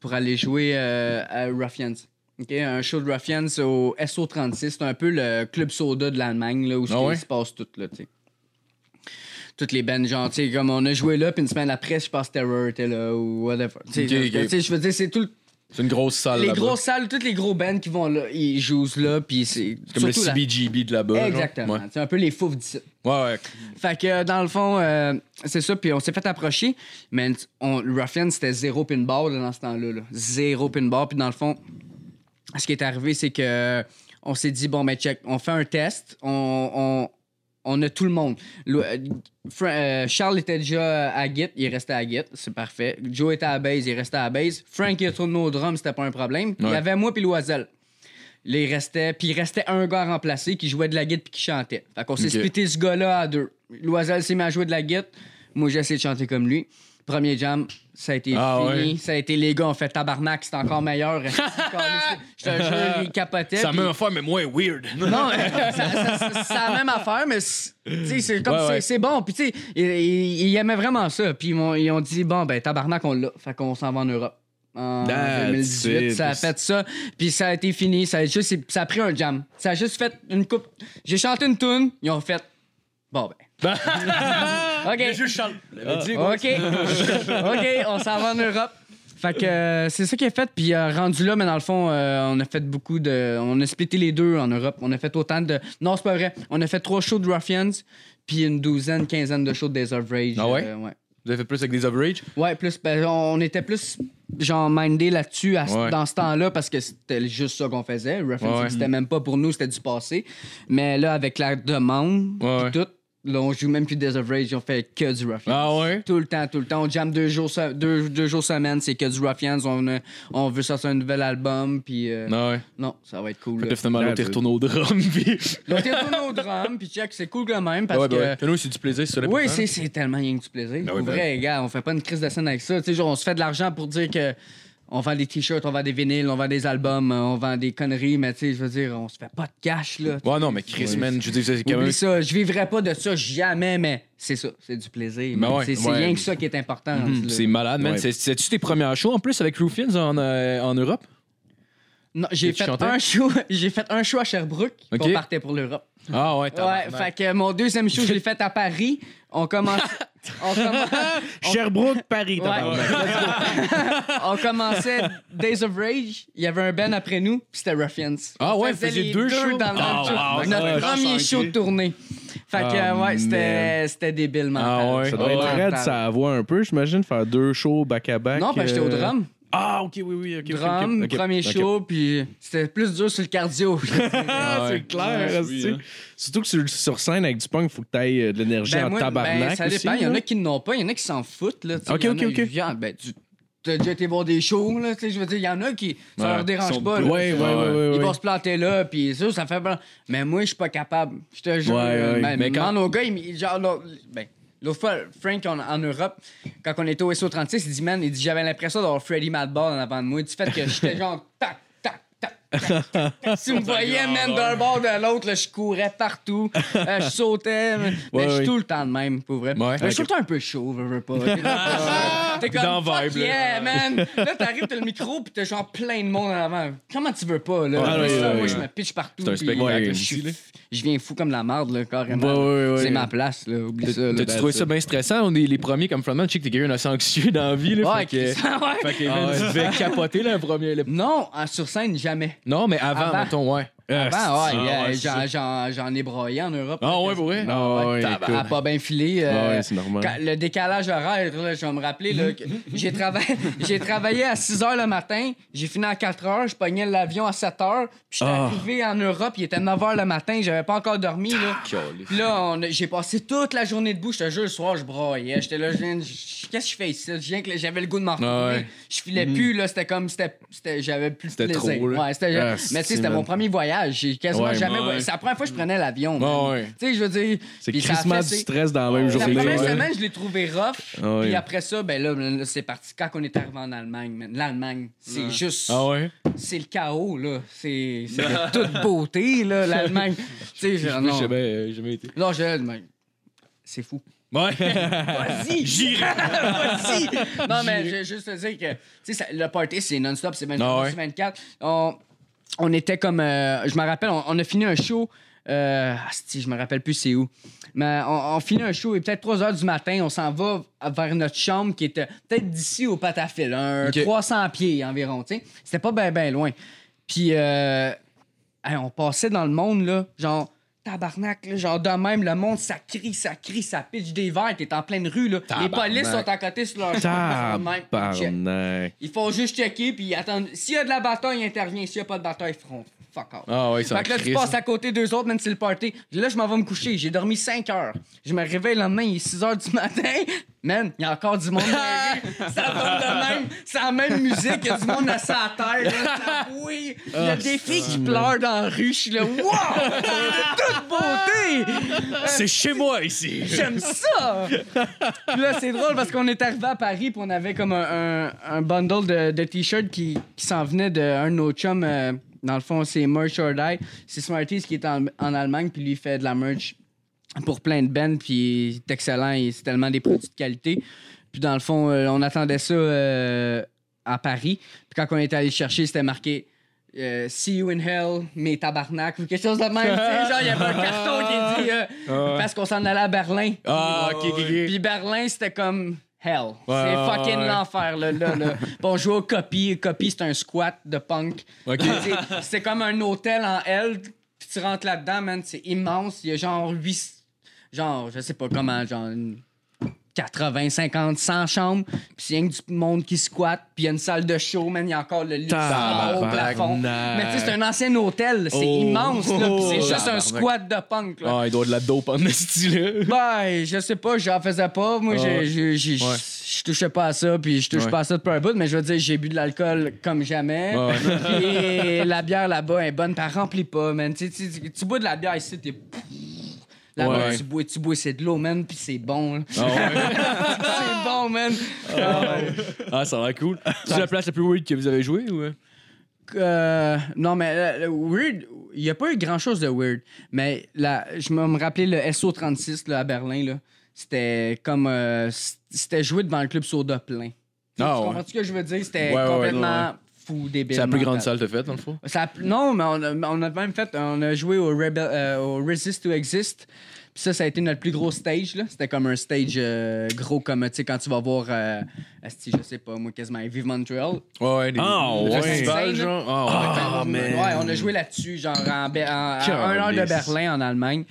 pour aller jouer euh, à Ruffians. OK? un show de Ruffians au SO36. C'est un peu le club soda de l'Allemagne, là, où Ah ouais? il se passe tout, là, tu sais. Toutes les bandes, genre, tu sais, comme on a joué là, puis une semaine après, je pense Terror était là, ou whatever. Tu sais, Ok, là, ok. tu sais, je veux dire, c'est tout le C'est une grosse salle les là-bas. grosses salles, toutes les gros bands qui vont là, ils jouent là, puis c'est. Comme le surtout la- CBGB de là-bas. genre. Exactement. Ouais, C'est un peu les fous d'ici. ouais. ouais. Fait que euh, dans le fond, euh, c'est ça, puis on s'est fait approcher, mais on, Ruffin, c'était zéro pinball là, dans ce temps-là. là. Zéro pinball, puis dans le fond, ce qui est arrivé, c'est que euh, on s'est dit, bon, ben, check, on fait un test, on, on, on a tout le monde. Le- euh, Fra- euh, Charles était déjà à Git, il restait à Git, c'est parfait. Joe était à base, il restait à base. Frank, il retourne au drum, c'était pas un problème. Il y Ouais. avait moi puis Loisel. Là, il restait, puis il restait un gars à remplacer qui jouait de la guitare puis qui chantait. Fait qu'on s'est Ok. splitté ce gars-là à deux. Loisel s'est mis à jouer de la guitare, moi j'ai essayé de chanter comme lui. Premier jam, ça a été Ah fini, ça a été les gars, on fait tabarnak, c'est encore meilleur. Je te jure, il capotait. C'est la puis- même affaire, mais moins weird. non, mais ça- ça- ça- c'est la même affaire, mais c'est tu sais, c'est comme Ouais, c'est- ouais. c'est bon. Puis, tu sais, ils, ils- ils aimaient vraiment ça. Puis, ils m'ont- ils ont dit, bon, ben, tabarnak, on l'a. Fait qu'on s'en va en Europe. en Ah, 2018. tu sais, Ça a puis- fait ça, puis ça a été fini. Ça a, juste, ça a pris un jam. Ça a juste fait une coupe. J'ai chanté une tune, ils ont fait. Bon, ben. OK. OK. OK, on s'en va en Europe. Fait que euh, c'est ça qui est fait. Puis euh, rendu là, mais dans le fond, euh, on a fait beaucoup de. On a splitté les deux en Europe. On a fait autant de. Non, c'est pas vrai. On a fait trois shows de Ruffians, puis une douzaine, quinzaine de shows de Days of Rage. Ah ouais? Euh, ouais. Vous avez fait plus avec des Overage? Ouais, plus. ben, on était plus genre mindé là-dessus à ce- Ouais. dans ce temps-là parce que c'était juste ça qu'on faisait. Referencing, Ouais. c'était même pas pour nous, c'était du passé. Mais là, avec la demande, pis Ouais. tout, là, on joue même plus des of Rage, on fait que du Ruffians. Ah ouais? Tout le temps, tout le temps. On jam deux jours, se- deux, deux jours semaine, c'est que du Ruffians. On, a- on veut sortir un nouvel album, puis euh, non. Ah ouais. ça va être cool. Fait là. que finalement, l'autre est retourné au drum. Puis... Donc, t'es retourné au drum, puis check, c'est cool quand même, parce Ouais, que... ben ouais. Nous, c'est du plaisir, c'est ça. Oui, l'important. c'est, c'est tellement rien que du plaisir. Ben Pour oui, ben vrai, gars, on fait pas une crise de scène avec ça. Tu sais, genre, on se fait de l'argent pour dire que on vend des t-shirts, on vend des vinyles, on vend des albums, euh, on vend des conneries, mais tu sais, je veux dire, on se fait pas de cash, là. Ouais, non, mais Chris, Ouais. man, je veux dire, c'est quand même. Oublie ça, je vivrai pas de ça jamais, mais c'est ça, c'est du plaisir. Ben man. ouais, c'est, c'est ouais. rien que ça qui est important. Mhm. là. C'est malade, man. Ouais. C'est- C'est-tu tes premières shows en plus avec Rufins en, euh, en Europe? Non, j'ai Et tu fait, chantais? un show, j'ai fait un show à Sherbrooke, puis Ok. on partait pour l'Europe. Ah ouais, Ouais, tabarnak. fait que mon deuxième show, je l'ai fait à Paris. On commence... on commence... Sherbrooke, Paris, Ouais. on commençait Days of Rage, il y avait un band après nous, puis c'était Ruffians. Ah ouais, On faisait vous faisiez les deux shows? dans le même Ah, show. wow, Notre ouais. Ah, premier show de tournée. Fait que, Ah, ouais, c'était, man. c'était débile mental. Ah ouais. Ça doit être Mental. raide, ça voit un peu, j'imagine, faire deux shows back-à-back. Non, parce que j'étais au euh, drum. Ah, ok, oui, oui, ok. ok, ok, drum, ok, premier ok. show, puis c'était plus dur sur le cardio. Ah, c'est clair, asti. hein. Surtout que sur, sur scène avec du punk, il faut que tu ailles de l'énergie Ben, en moi, tabarnak. ben, ça dépend. aussi, il y en là. a qui n'ont pas, il y en a qui s'en foutent. Là, tu sais, Ok, il y en ok, a, ok. ils viennent, ben, tu t'as déjà été voir des shows, là, tu sais, je veux dire, il y en a qui, ça leur dérange pas. là. Ouais, ouais, ouais, ouais, ouais. Ils vont se planter là, puis ça, ça fait blanc. Mais moi, je suis pas capable. Je te jure. Ouais, ouais. ben, Mais quand- demande aux gars, ils- ils- genre, l'autre- ben, l'autre fois, Frank, en- en Europe, quand on était au SO36, il dit, man, il dit, j'avais l'impression d'avoir Freddy Madball en avant de moi, du fait que j'étais genre, tac, tac, tac, tac, tac. Si vous me voyez, man, d'un bord de l'autre, là, je courais partout, euh, je sautais, mais ben, Ouais, je suis ouais. tout le temps de même, pour vrai. Ouais. Euh, je suis tout le temps un peu chaud, je veux pas. T'es comme, Ah. Dans fuck vibe, là. yeah, man. Là, t'arrives, t'as le micro, pis t'as genre plein de monde en avant. Comment tu veux pas, là? Ouais, Moi, ouais, ça, ouais, moi, ouais. je me pitch partout. C'est un pis- spectacle Ouais, je aussi, suis- là. Je viens fou comme la marde, là, carrément. Ouais, ouais, ouais. C'est ma place, là. Oublie ça, là. T'as-tu trouvé ça bien stressant? On est les premiers comme frontman. Je sais que t'es quelqu'un d'innocencieux dans la vie. Là, fait Ouais, que, Chris, Ah ouais. fait que man, tu devais capoter là, le premier. le- Non, en- sur scène, jamais. Non, mais avant, Avant. mettons, ouais. Avant, ouais, Ah, euh, ouais, c'est j'en- j'en j'en ai broyé en Europe. Ah ouais, pour vrai? Ah, Ah, ouais, Tabar- écoute. a pas bien filé. euh, Ouais, c'est normal. quand- le décalage horaire, là, je vais me rappeler. là, que j'ai, travaillé, j'ai travaillé à 6 h le matin, j'ai fini à 4 h, je pognais l'avion à 7 h, puis j'étais Ah. arrivé en Europe, il était 9 h le matin, j'avais pas encore dormi. Là. Puis là, on a- j'ai passé toute la journée debout, je te jure, le soir, je broyais. J'étais là, je viens de- je- qu'est-ce que je fais ici? Je viens que là, j'avais le goût de m'en Ah retourner. ouais. Je filais plus, là, c'était comme, c'était, c'était- j'avais plus de C'était plaisir. trop, là. Ouais, c'était- Ah, mais tu sais, c'était man. mon premier voyage, j'ai quasiment Ouais, jamais ouais. voyagé. C'est la première fois que je prenais l'avion. man. Ah ouais. Tu sais, je veux dire. C'est puis ça a crissement fait, du c'est- stress dans la même La journée. première ouais. semaine, je l'ai trouvé rough. Ah ouais. Puis après ça, ben là, là, c'est parti. Quand on est arrivé en Allemagne, man, l'Allemagne, c'est juste. Ah ouais? C'est le chaos, là. C'est c'est de toute beauté, là, l'Allemagne. tu sais, genre, J'ai Ah non. jamais, euh, jamais été. Non, je. mais C'est fou. Ouais. Vas-y! J'irai! Vas-y! Non, mais je veux juste te dire que, tu sais, ça- le party, c'est non-stop, c'est 24 Ah ouais. sur 24. On, on était comme. euh, je me rappelle, on, on a fini un show. Euh, asti, je me rappelle plus c'est où. Mais on, on finit un show et peut-être 3 h du matin, on s'en va vers notre chambre qui était peut-être d'ici au patafil, un Ok. 300 pieds environ, tu sais. C'était pas bien, bien loin. Puis, euh, hey, on passait dans le monde, là, genre, tabarnak, là, genre, de même, le monde, ça crie, ça crie, ça pitch des verres, t'es en pleine rue, là. Les polices sont à côté sur leur chemin, ils font de même. Check. Tabarnak. Ils font juste checker, puis ils attendent. S'il y a de la bataille, ils interviennent. S'il y a pas de bataille, ils feront fuck off. Ah ouais, ils sont Fait que là, tu crise. passes à côté d'eux autres, même si c'est le party. Là, je m'en vais me coucher. J'ai dormi 5 heures. Je me réveille le lendemain, il est 6 heures du matin. Man, il y a encore du monde dans la rue. Ça va de même. C'est la même musique. Il y a du monde assis à terre. là. ah, Oui. Il y a Ah, des filles qui pleurent dans la rue. Je suis là, wow! Toute beauté! C'est chez moi ici. J'aime ça! Puis là, c'est drôle parce qu'on est arrivé à Paris puis on avait comme un, un- un bundle de, de t-shirts qui, qui s'en venait d'un de nos chums. euh, dans le fond, c'est Merch or Die. C'est Smarties qui est en, en Allemagne puis lui il fait de la merch pour plein de bands puis il est excellent. et C'est tellement des produits de qualité. Puis dans le fond, euh, on attendait ça euh, à Paris. Puis quand on était allé le chercher, c'était marqué euh, See you in hell, mes tabarnak, ou quelque chose de même. Tu sais, genre, il y avait un carton qui dit euh, parce qu'on s'en allait à Berlin. Ah, ok, ok, ok. Puis Berlin, c'était comme hell. Ouais, ouais, c'est fucking ouais. l'enfer, là. là, là. Puis on jouait au copy. Copy, c'est un squat de punk. Ok. C'est- C'est comme un hôtel en L. Puis tu rentres là-dedans, man, c'est immense. Il y a genre 8. Genre, je sais pas comment, genre. une 80, 50, 100 chambres, puis c'est rien que du monde qui squatte, puis il y a une salle de show, man, il y a encore le lit en haut au plafond. Mais tu sais, c'est un ancien hôtel, c'est Oh. immense, là, puis c'est Oh. juste un Tabarnak. squat de punk, là. Ah, il doit de la dope en style. Ben, je sais pas, j'en faisais pas. Moi, j'ai- j'ai- j'ai- je Ah, Ouais. touchais pas à ça, puis je touche Ouais. pas à ça depuis un bout, mais je veux dire, j'ai bu de l'alcool comme jamais. Ah Ouais, Puis la bière là-bas est bonne, puis elle remplit pas, man. Tu, tu, tu- tu bois de la bière ici, t'es. Là-bas, Ouais. tu bois, tu bois c'est de l'eau, man, puis c'est bon. là. Ah, ouais. c'est bon, man. ah, ça a l'air cool. C'est la place la plus weird que vous avez joué ou. Euh, non, mais euh, le weird, il n'y a pas eu grand-chose de weird. Mais la, je me me rappelais le SO36 là, à Berlin. là. C'était comme. euh, c- c'était joué devant le club Soda plein. Tu Ah, comprends ouais. ce que je veux dire? C'était Ouais, ouais, complètement fou, débile. C'est la plus grande salle mental. que t'as faite, dans le fond. Ça a pl- non, mais on a, on a même fait. On a joué au, Rebel, euh, au Resist to Exist. Puis ça, ça a été notre plus gros stage. là. C'était comme un stage euh, gros, comme tu sais, quand tu vas voir. Euh, asti, je sais pas, moi, quasiment Vive Montreal. Ouais, ouais. Ah, des ouais. festivals, genre. Ah, ouais. Ah, man. Ouais, on a joué là-dessus, genre en, Be- en- à un heure de Calisse. Berlin en Allemagne.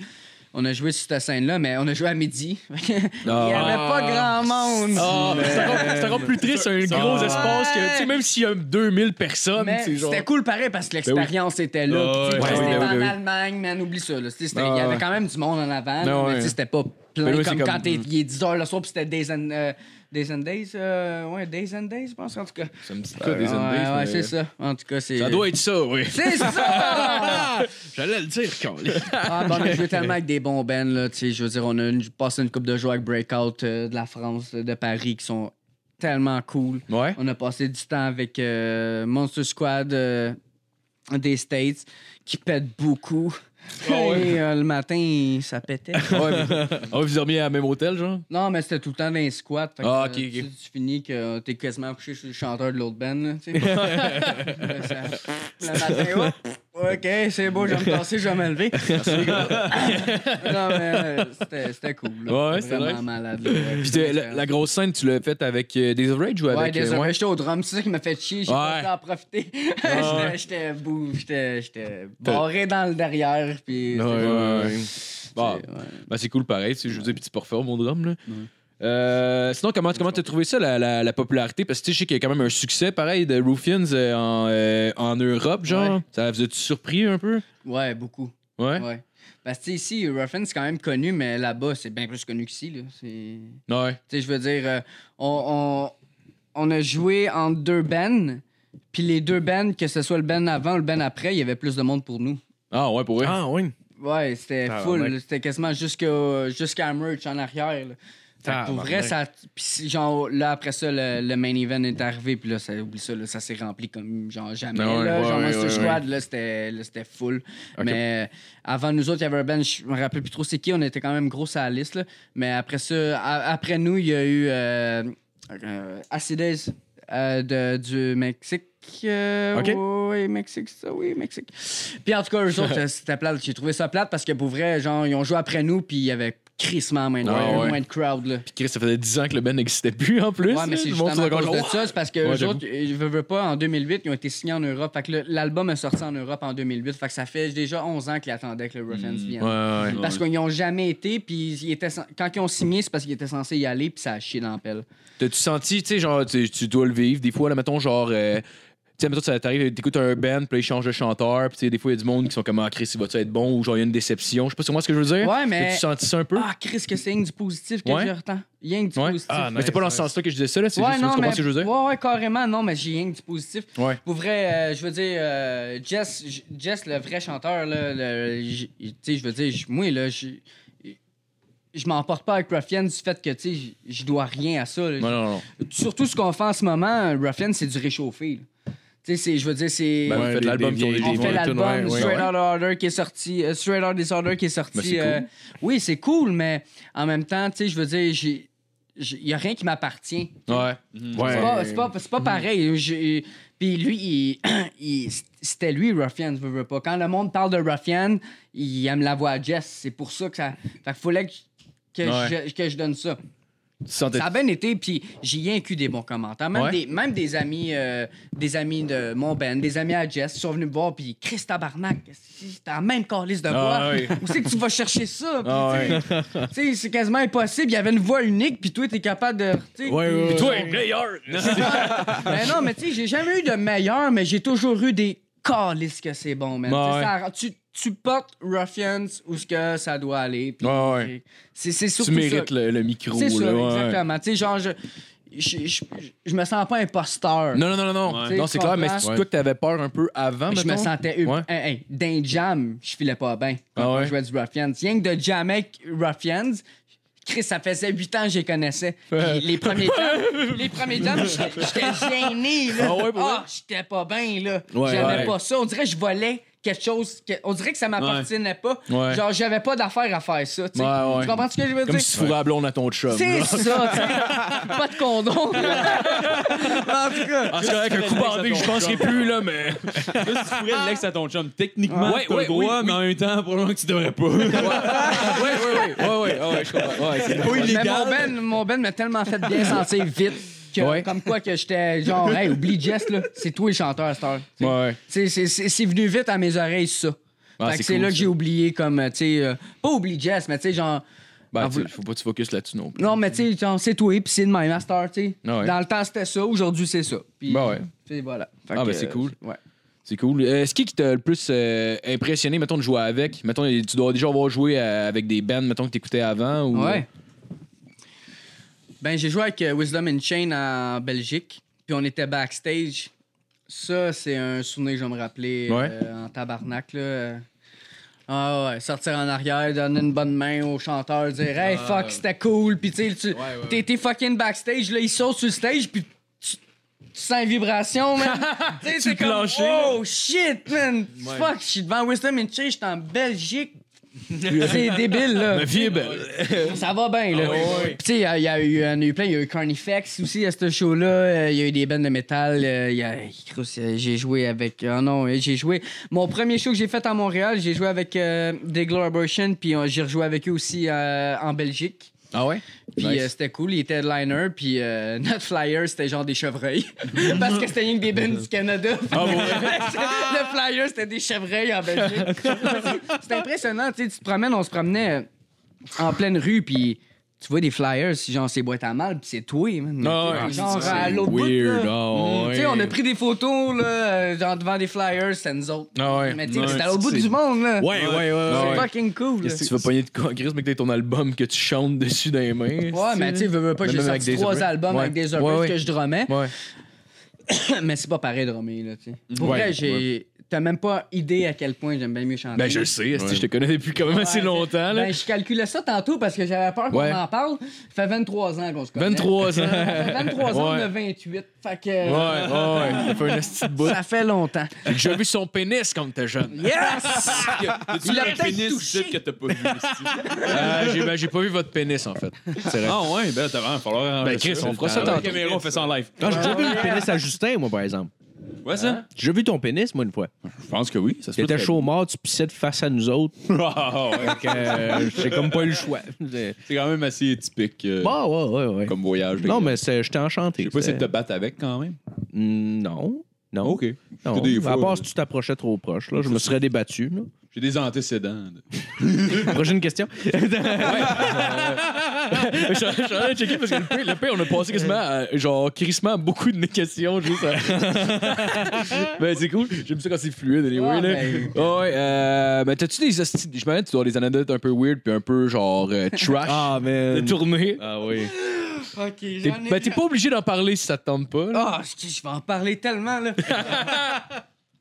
On a joué sur cette scène-là, mais on a joué à midi. Il n'y avait pas grand monde. Ah, c'est encore- c'est encore plus triste, un gros Ouais. espace que, tu sais, même s'il y a 2000 personnes, Mais c'est genre. Ben c'était cool pareil parce que l'expérience était là. Ah, Puis, tu sais, ouais. c'était Ouais, ouais, en ouais, ouais. Allemagne, man, oublie ça. là. C'était- c'était- Il Ah, y avait ouais. quand même du monde en avant, Ah, mais ouais. tu sais, c'était pas plein Mais là, c'est comme, comme- hmm. quand t'es- il est 10 h le soir puis c'était Days and, euh, Days, and Days, euh, ouais, Days and Days, je pense, en tout cas. Ça me dit pas des ouais, Sundays, ouais, mais- c'est ça. En tout cas, c'est... Ça doit être ça, oui. C'est ça! J'allais le dire, Colin. Ah, ben, on a joué tellement avec des bons bands, là, tu sais, je veux dire, on a une- passé une coupe de joueurs avec Breakout euh, de la France, euh, de Paris, qui sont tellement cool. Ouais. On a passé du temps avec euh, Monster Squad euh, des States, qui pète beaucoup. Et, euh, le matin, ça pétait. On va Ah, vous dormir à même hôtel, genre? non, mais c'était tout le temps dans les squats. fait que, Ah, ok, euh, ok. Tu, tu finis que t'es quasiment couché sur le chanteur de l'autre band. Là, tu sais. Là, ça- le matin, hop, ok, c'est beau, je vais me tasser, je vais me lever. non, mais euh, c'était c'était cool. là. Ouais, c'était vraiment nice. malade. là, ouais. Puis t'as- la, la grosse scène, tu l'as faite avec euh, Days of Rage ou avec. Ouais, désolé, euh, j'étais au drum, c'est ça qui m'a fait chier, j'ai pas Ouais. pu en profiter. J'étais- J'étais bou- j'étais j'étais barré dans le derrière, puis... Ouais, ouais, ouais. Bon, C'est- ouais. ben, c'est cool pareil, tu sais, je veux dire, puis tu peux refaire mon drum, là. Euh, sinon, comment comment t'as trouvé ça, la, la- la popularité? Parce que tu sais, je sais qu'il y a quand même un succès pareil de Ruffians euh, en, euh, en Europe, genre. Ouais. Ça vous a-tu surpris un peu? Ouais, beaucoup. Ouais. Ouais. Parce que tu sais, ici, Ruffin, c'est quand même connu, mais là-bas, c'est bien plus connu qu'ici. là. C'est- Ouais. Tu sais, je veux dire, euh, on, on, on a joué en deux bands, puis les deux bands, que ce soit le band avant ou le band après, il y avait plus de monde pour nous. Ah, ouais, pour vrai. Ah, oui. Ouais, c'était Ah, Tabarnak. full. là. C'était quasiment jusqu'à jusqu'à merch en arrière. là. Fait que pour vrai, Tabarnak. ça. Puis si, genre, là, après ça, le, le main event est arrivé. Puis là, ça, oublie ça, là, ça s'est rempli comme genre jamais. Ouais, là, ouais, genre, ouais, Monster ouais, Squad, là, c'était là, c'était full. Mais euh, avant nous autres, il y avait un band, je me rappelle plus trop c'est qui, on était quand même gros sur la liste. là. Mais après ça, a- après nous, il y a eu euh, euh, Acides euh, de- du Mexique. euh, Ok. Oui, Mexique, c'est ça, oui, Mexique. Puis en tout cas, eux autres, euh, c'était plate. J'ai trouvé ça plate parce que pour vrai, genre, ils ont joué après nous, puis il y avait crissement moins de, Ah ouais. moins de crowd, là. Puis Chris, ça faisait 10 ans que le band n'existait plus en plus. Ouais, mais là. c'est Le justement monde à se cause regarde, de ça, c'est parce que eux Ouais, j'avoue. autres, euh, je veux, veux pas, en 2008, ils ont été signés en Europe. Fait que le- l'album est sorti en Europe en 2008. Fait que ça fait déjà 11 ans qu'ils attendaient que le Rough Ends vienne. Mm, Ouais, ouais. Parce qu'ils ont jamais été, puis ils étaient sen- quand ils ont signé, c'est parce qu'ils étaient censés y aller, puis ça a chié dans la pelle. T'as-tu senti, tu sais, genre, tu, tu dois le vivre. Des fois, là, mettons, genre, euh, tu sais, mettons, ça t'arrive, t'écoutes un band, puis là, ils changent de chanteur, puis tu sais, des fois, il y a du monde qui sont comme, ah, Chris, il va-tu être bon, ou genre, il y a une déception. Je sais pas si moi ce que je veux dire. Ouais, mais- T'as-tu senti ça un peu? Ah, Chris, que c'est rien que du positif que Ouais. je retiens. Rien que du Ouais. positif. mais c'est pas dans ce sens-là que je disais ça, là. C'est Ouais, juste, non, tu comprends mais- ce que je veux dire? Ouais, ouais, carrément, non, mais j'ai rien que du positif. Ouais. Pour vrai, euh, je veux dire, euh, Jess, j- Jess, le vrai chanteur, là, le- j- tu sais, je veux dire, j- moi, là, j- je m'emporte pas avec Ruffian du fait que, tu sais, j- je dois rien à ça. là. Non, non, non. Surtout ce qu'on fait en ce moment, Ruffian, c'est du réchauffé. là. Tu sais, c'est- je veux dire, c'est... Ben, ouais, vous faites des- l'album des qui ont vieilles- On des- fait ouais, l'album ouais, ouais. Straight Ouais. Out Order qui est sorti, euh, Straight Out Disorder qui est sorti. Ben, c'est euh, oui, c'est cool, mais en même temps, tu sais, je veux dire, j'ai. il n'y a rien qui m'appartient. Ouais. Mhm. C'est pas- C'est pas, c'est pas pareil. J'ai- Puis lui, il- il- c'était lui, Ruffian, je veux pas. Quand le monde parle de Ruffian, il aime la voix à Jess. C'est pour ça que ça. Fait qu'il fallait que, que Ouais. je, que je donne ça. Tu sentais- Ça a bien été, puis j'y ai inclus des bons commentaires. Même, Ouais. des, même des amis euh, des amis de mon band, des amis à Jess, sont venus me voir, puis Chris Tabarnak, si t'as la même calice de voix. Ah ouais. Où c'est que tu vas chercher ça? Puis, Ah tu sais, ouais. tu sais, c'est quasiment impossible. Il y avait une voix unique, puis toi, t'es capable de. tu sais, Ouais, puis- ouais, ouais. Toi, player! ben non, mais tu sais, j'ai jamais eu de meilleur, mais j'ai toujours eu des calices que c'est bon, man. Bah Ouais. Tu sais, ça- tu, tu portes Ruffians où ce que ça doit aller. puis Ouais, ouais. C'est, c'est Tu surtout mérites ça. le, le micro. C'est ça, là, ouais. exactement. Tu sais, genre, je, je, je, je me sens pas imposteur. Non, non, non, non, non. Ouais. Non, c'est clair, mais c'est Ouais. toi que t'avais peur un peu avant, je me mettons? sentais humain. Ouais. Hey, hey, D'un jam, je filais pas bien. Quand Ah ouais? Je jouais du Ruffians. Rien que de Jamaic Ruffians, Chris, ça faisait 8 ans que je les connaissais. Puis Ouais. Les premiers jams, les premiers jams, j'étais j'étais gêné. Là. Ah ouais, pour vrai? j'étais pas bien, là. Ouais, j'avais ouais. pas ça. On dirait que je volais quelque chose. que- On dirait que ça m'appartenait pas. Ouais. Genre, j'avais pas d'affaire à faire ça. tu sais. Ouais, ouais. Tu comprends ce que je veux Comme dire? si tu fourrais la blonde à ton chum. C'est ça, tu sais. Pas de condom. en tout cas. Ah, c'est correct, un coup bandé, que je penserai plus, là, mais. Là, si tu pourrais l'ex à ton chum, techniquement, Ouais, t'as ouais, le droit, oui, mais en même temps, probablement que tu devrais pas. Ouais, ouais, ouais, ouais, ouais, ouais, je comprends. Ouais, c'est pas Mais mon Ben, mon Ben m'a tellement fait bien sentir vite que Ouais. comme quoi que j'étais genre hey oublie Jess là, c'est toi le chanteur Star. Ouais, ouais. C'est c'est venu vite à mes oreilles ça. Ah, fait que c'est c'est cool, là que ça. j'ai oublié comme euh, tu sais euh, pas oublie Jess mais tu sais genre Ben, Ah, tu sais, vous- faut pas que tu focuses là-dessus non plus. non mais tu sais genre c'est toi puis c'est de même master tu sais. Ah ouais. Dans le temps c'était ça, aujourd'hui c'est ça. Puis Ben ouais. puis voilà. Fait Ah, que, ben, c'est euh, cool. Ouais. C'est cool. Euh, Est-ce qui qui t'a le plus euh, impressionné, mettons, de jouer avec Mettons, tu dois déjà avoir joué euh, avec des bands, mettons, que t'écoutais avant ou... euh, Ouais. Ben, j'ai joué avec euh, Wisdom and Chain en Belgique, puis on était backstage. Ça, c'est un souvenir que je vais me rappeler Ouais. euh, en tabarnak. Là. Euh, Ah ouais, sortir en arrière, donner une bonne main au chanteur, dire Hey fuck, c'était cool. Puis tu sais, tu- t'es t'es fucking backstage, là, il saute sur le stage, puis tu, tu sens une vibration, man. tu sais, c'est comme plancher, là. Oh shit, man. Fuck, je suis devant Wisdom and Chain, je suis en Belgique. c'est débile, là. Ça va bien, là. Puis, tu sais, il y a- il y, a eu- il y en a eu plein. Il y a eu Carnifex aussi à ce show-là. Euh, Il y a eu des bandes de métal. Euh, il y a- Christ, euh, J'ai joué avec. Oh non, euh, j'ai joué. Mon premier show que j'ai fait à Montréal, j'ai joué avec euh, The Gloration, puis euh, j'ai rejoué avec eux aussi euh, en Belgique. Ah ouais Puis Nice. euh, c'était cool, il était headliner, puis euh, notre flyer c'était genre des chevreuils. Parce que c'était rien que des bands du Canada. Ah, le flyer c'était des chevreuils en Belgique. c'était impressionnant, tu sais, tu te promènes, on se promenait euh, en pleine rue, puis tu vois des flyers, genre c'est boîte à mal, puis c'est toi, man. Non, T'es ouais, genre Ah, c'est à l'autre bout. weird, là. ah Mm, ouais. Tu sais, on a pris des photos, là, euh, genre devant des flyers, c'était nous autres. Ah ouais. Mais tu sais, Ouais, c'était à l'autre bout c'est- du monde, là. Ouais, ouais, ouais. C'est ouais. fucking cool. Qu'est-ce que là. tu vas pogner de congrès, mais que t'as ton album que tu chantes dessus dans les mains Ouais, mais tu sais, veux, veux pas, Même j'ai avec sorti des trois overs. albums Ouais. avec des Ouais, overs ouais. que je drummais, Ouais. mais c'est pas pareil drummer, là, tu sais. Pour Ouais, vrai, j'ai... T'as même pas idée à quel point j'aime bien mieux chanter. Ben, je le sais, esti, je te connais depuis quand même assez Ouais, longtemps, là. Ben, je calculais ça tantôt parce que j'avais peur qu'on Ouais. en parle. Ça fait 23 ans qu'on se connaît. 23 ans. Ça fait 23 ans, Ouais. on a 28. Fait que... Ouais, ouais, ouais. Fait un esti de bout. Ça fait longtemps. J'ai déjà vu son pénis quand t'étais jeune. Yes! Tu Il a as un peut-être pénis touché. ici que t'as pas vu. ici. Ah, j'ai ben, j'ai pas vu votre pénis, en fait. C'est vrai. Ah ouais, ben t'as vraiment falloir arranger Ben, Chris, ça. on fera ça Dans la tantôt. caméra, on fait ça en live. Ah, Ouais, j'ai J'ai déjà vu le pénis à Justin, moi, par exemple. ça? J'ai déjà vu ton pénis, moi, une fois. Je pense que oui. Ça se T'étais peut chaud mort, tu pissais de face à nous autres. très bien. Ah, ouais. Fait que, euh, j'ai comme pas eu le choix. C'est- C'est quand même assez typique euh, Bah, ouais, ouais, ouais. comme voyage. Non, Fait que, mais c'est- j'étais enchanté. J'ai pas essayé de te C'était- battre avec quand même. Mm, Non. Non. Ok. Non. Parce que des à fois, euh, part si tu t'approchais trop proche, là, je me serais débattu. là. J'ai des antécédents. Prochaine question. Je suis en je suis en train de checker parce que le P, le P, on a passé quasiment à, genre, crissement beaucoup de questions juste à- Ben, c'est cool. J'aime ça quand c'est fluide, anyway, là. Ah, ben. Ah ouais, euh, ben, t'as-tu des hosties- Je m'imagine que tu dois avoir des anecdotes un peu weird puis un peu, genre, euh, trash. de man. tournée. Ah, oui. OK, T'es j'en ai... ben, t'es pas obligé d'en parler si ça te tente pas. là. Ah, je je vais en parler tellement, là.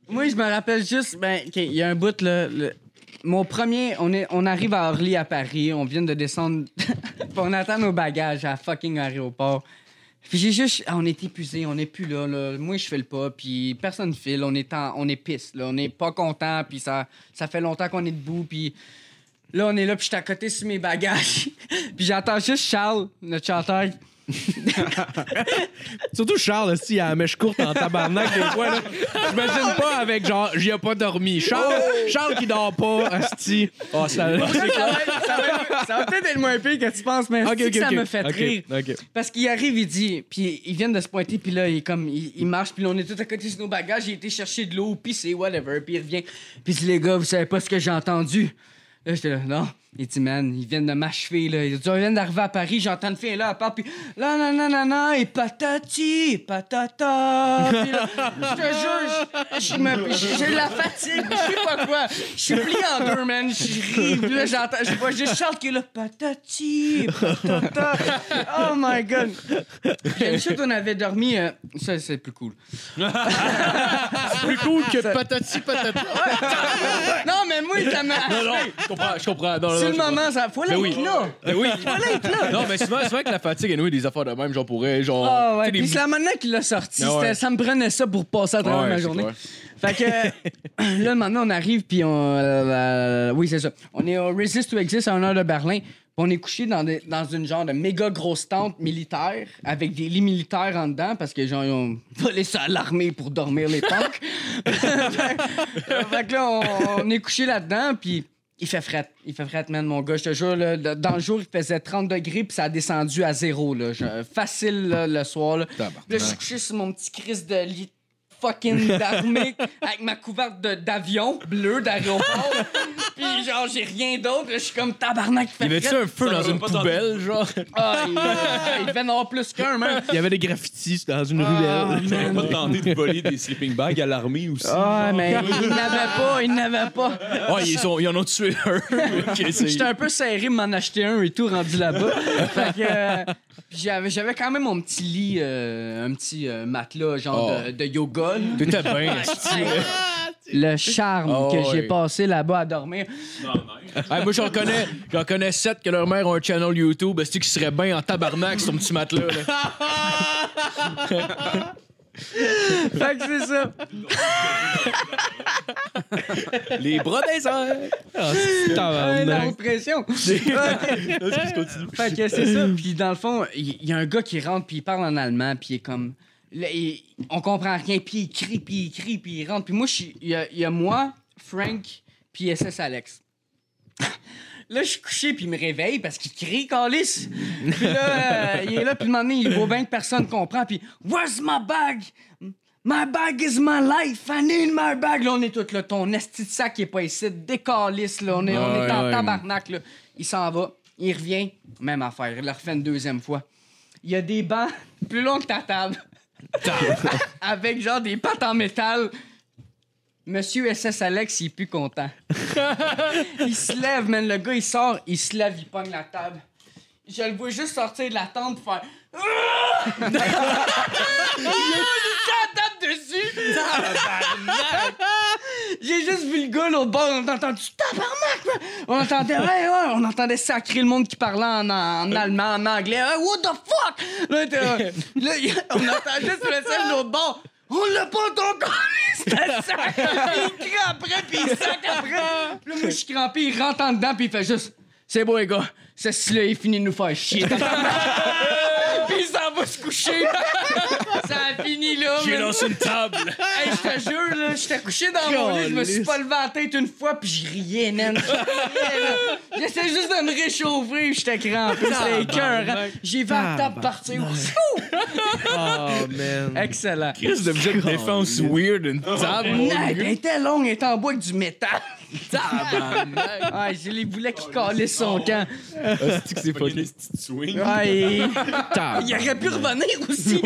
Moi, je me rappelle juste, ben, OK, il y a un bout, là. le- Mon premier, on, est, on arrive à Orly à Paris, on vient de descendre, puis on attend nos bagages à fucking aéroport. Puis j'ai juste, ah, on est épuisé, on est plus là, là. Moi, je fais le pas, puis personne file, on est en, on est pisse, là. On est pas content, puis ça, ça fait longtemps qu'on est debout, puis Là, on est là, puis j'étais à côté sur mes bagages. puis j'entends juste Charles, notre chanteur. Surtout Charles, s'il a la mèche courte en tabarnak des fois, là. J'imagine pas avec genre, j'y ai pas dormi. Charles, Oh! Charles qui dort pas, Asti. Ah, Oh, ça. Ça va être- ça va être- ça va peut-être être moins pire que tu penses, mais c'est que ça me fait rire. Parce qu'il arrive, il dit, puis ils viennent de se pointer, puis là, il, est comme, il, il marche, puis là, on est tous à côté de nos bagages, il a été chercher de l'eau, puis c'est whatever, puis il revient. Puis il dit, les gars, vous savez pas ce que j'ai entendu. Là, j'étais là, non. Il dit, man, ils viennent de m'achever, là. Ils viennent d'arriver à Paris, j'entends une fille là, elle part, puis là, non, non, non, non, et patati, patata. Puis là, je te jure, je- je me- j'ai la fatigue, je sais pas quoi. Je suis plié en deux, man. Je ris, puis là, j'entends, je vois juste Charles qui est là, patati, patata. Oh my god. Puis une chute, on avait dormi, euh, ça, c'est plus cool. Plus cool que patati patata. Non, mais moi, ça m'a. Je comprends, je comprends. Non, non, C'est je le comprends. moment, ça. Faut l'être là. Ben oui. Non, mais souvent, souvent que la fatigue, et nous, des affaires de même, genre, pourrait, genre. Ah ouais, tu sais, des puis c'est la manière qu'il l'a sorti. Ah ouais. c'était- Ça me prenait ça pour passer à travers Ouais, ma c'est journée. clair. Fait que là, maintenant, on arrive, puis on. euh, oui, c'est ça. On est au Resist to Exist à 1 heure de Berlin. puis on est couché dans, des- dans une genre de méga grosse tente militaire avec des lits militaires en dedans parce que genre ils ont volé ça à l'armée pour dormir les tanks. fait que là on, on est couché là-dedans puis il fait fret. Il fait fret, man, mon gars. Je te jure, là, le- dans le jour, il faisait 30 degrés, puis ça a descendu à zéro. Là. Je- facile, là, le soir. Là. Puis là, je suis couché sur mon petit crise de lit fucking d'armée avec ma couverte de- d'avion bleu d'aéroport. puis genre, j'ai rien d'autre. là. Je suis comme tabarnak. il fait Il y avait-tu fret. un feu dans une poubelle, genre? Ah, il, il devait en avoir plus qu'un, man. Il y avait des graffitis dans une Ah, ruelle. On va tenter de voler des sleeping bags à l'armée aussi. Ah, mais il n'avait pas, il n'avait pas. Ah, ils, sont, ils en ont tué un. Ok, c'est- J'étais un peu serré de m'en acheter un et tout rendu là-bas. fait que euh, puis j'avais j'avais quand même mon petit lit, euh, un petit euh, matelas Oh. genre de, de yoga. là. T'étais bien, esti. Le charme Oh, que oui. j'ai passé là-bas à dormir. Hey, moi, j'en connais, j'en connais sept que leur mère a un channel YouTube. Est-ce qui serait bien en tabarnak sur ton petit matelas? Là. fait que c'est ça. Les bras des airs! Ah, Oh, Euh, la haute pression. fait que c'est ça. Puis dans le fond, il y, y a un gars qui rentre, puis il parle en allemand, puis il est comme. là, il- on comprend rien, puis il crie, puis il crie, puis il rentre. Puis moi, je suis- il y, a- il y a moi, Frank, puis SS Alex. Là, je suis couché, puis il me réveille parce qu'il crie, Calis. Puis là, euh, il est là, puis un moment donné, il voit bien que personne comprend. Puis, Where's my bag? My bag is my life. I need my bag. Là, on est tous là. Ton esti de sac qui est pas ici. Décalisse, là. On est, on est en tabarnak, là. Il s'en va. Il revient. Même affaire. Il le refait une deuxième fois. Il y a des bancs plus longs que ta table. Avec genre des pattes en métal. Monsieur SS Alex, il est plus content. il se lève, man. Le gars, il sort. Il se lève, il pogne la table. Je le vois juste sortir de la tente faire. tape dessus. J'ai juste vu le gars l'autre bord, on a entendu tabarnak. man. On entendait ouais, ouais, on entendait sacrer le monde qui parlait en, en allemand, en anglais. Hey, what the fuck Là, t'es, euh, là, y- on entend juste le seul de l'autre bord. On l'a pas ton câlisse, le sac! Il crie après, puis il sac après! Puis là, moi, je suis crampé, il rentre en dedans, puis il fait juste. C'est beau, les gars. Ceci-là, il finit de nous faire chier. puis il s'en va se coucher. Ça a fini, là. J'ai man. lancé une table! Hey, je te jure, là, j'étais couché dans mon lit, je me suis pas levé la tête une fois, puis je riais, man. Je riais, là. J'essayais juste de me réchauffer, puis j'étais crampé, c'était écœurant. J'ai vu la table partir. Oh, man. Excellent. Chris, d'objet de défense weird, une table! mon Nag, gars. elle était longue, elle était en bois avec du métal. Ouais, je les voulais qu'il calisse son Oh, camp. C'est que c'est fucké. Ouais, et- Ah, il aurait pu revenir aussi.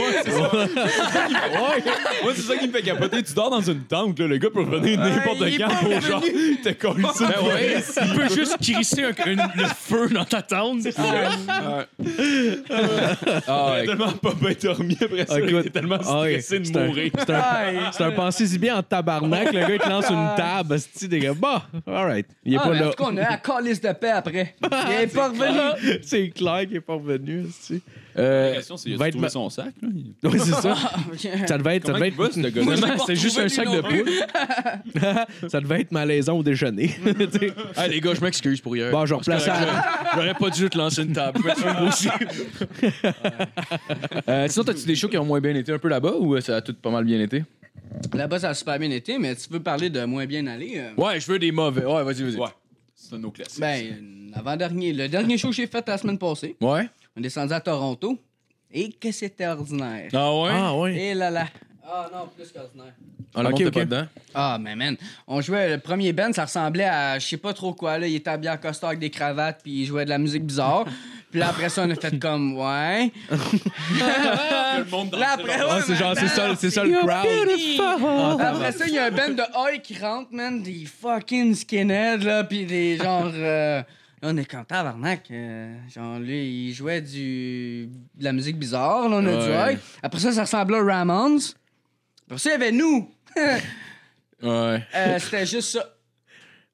Moi, c'est ça qui me fait capoter. Tu dors dans une tente, là, le gars peut venir n'importe Ouais, il est quand pas pour genre. T'as collé ça. Ben ouais, il peut juste crisser un, un- le feu dans ta tente. T'as tellement pas bien dormi après ça. Ah, écoute. T'es tellement Ah oui, stressé de c'est un- mourir. C'est un, c'est un pensée si bien en tabarnak. Le gars, il te lance Ah. une table. Asti, des gars. Bah, alright. Il est Ah, pas mais en là. Ah. tout cas, on a eu la calisse de paix après. Il est pas revenu. C'est clair qu'il est pas revenu. asti. Euh, La question, c'est il a vêtements- trouvé son sac. Là? ouais, c'est ça. Ah, Ça devait être. Ça devait Comment il va, être... ce gars-là? C'est juste un sac de poule. ça devait être malaisant au déjeuner. Tu sais. Ah, les gars, je m'excuse pour hier. bon, je replace ça. J'aurais pas dû te lancer une table. euh, sinon, t'as-tu des shows qui ont moins bien été un peu là-bas ou euh, ça a tout pas mal bien été? Là-bas, ça a super bien été, mais tu veux parler de moins bien aller? euh, Ouais, je veux des mauvais. Ouais, vas-y, vas-y. Ouais. C'est un autre classique. Ben, euh, avant-dernier. Le dernier show que j'ai fait la semaine passée, Ouais? on est descendu à Toronto. Et que c'était ordinaire. Ah ouais? Ah, ouais. Et là là. Ah non, plus qu'ordinaire. Ah, le Ok, monde t'es ok. pas dedans? Ah, mais man, on jouait le premier band, ça ressemblait à je sais pas trop quoi. Là, il était habillé en costard avec des cravates, puis il jouait de la musique bizarre. puis là, après ça, on a fait comme, ouais. Là, après, ouais, c'est Ah, genre, c'est ça, c'est ça le crowd. Ah, Après ça, il y a un band de Oi qui rentre, man, des fucking skinheads, là, pis des genre. euh, Là, on est comme tabarnak. euh, genre, lui, il jouait du... de la musique bizarre, là, on a Ouais. du Oi. Après ça, ça ressemblait aux Ramones. Après ça, il y avait nous. Ouais. Euh, C'était juste ça.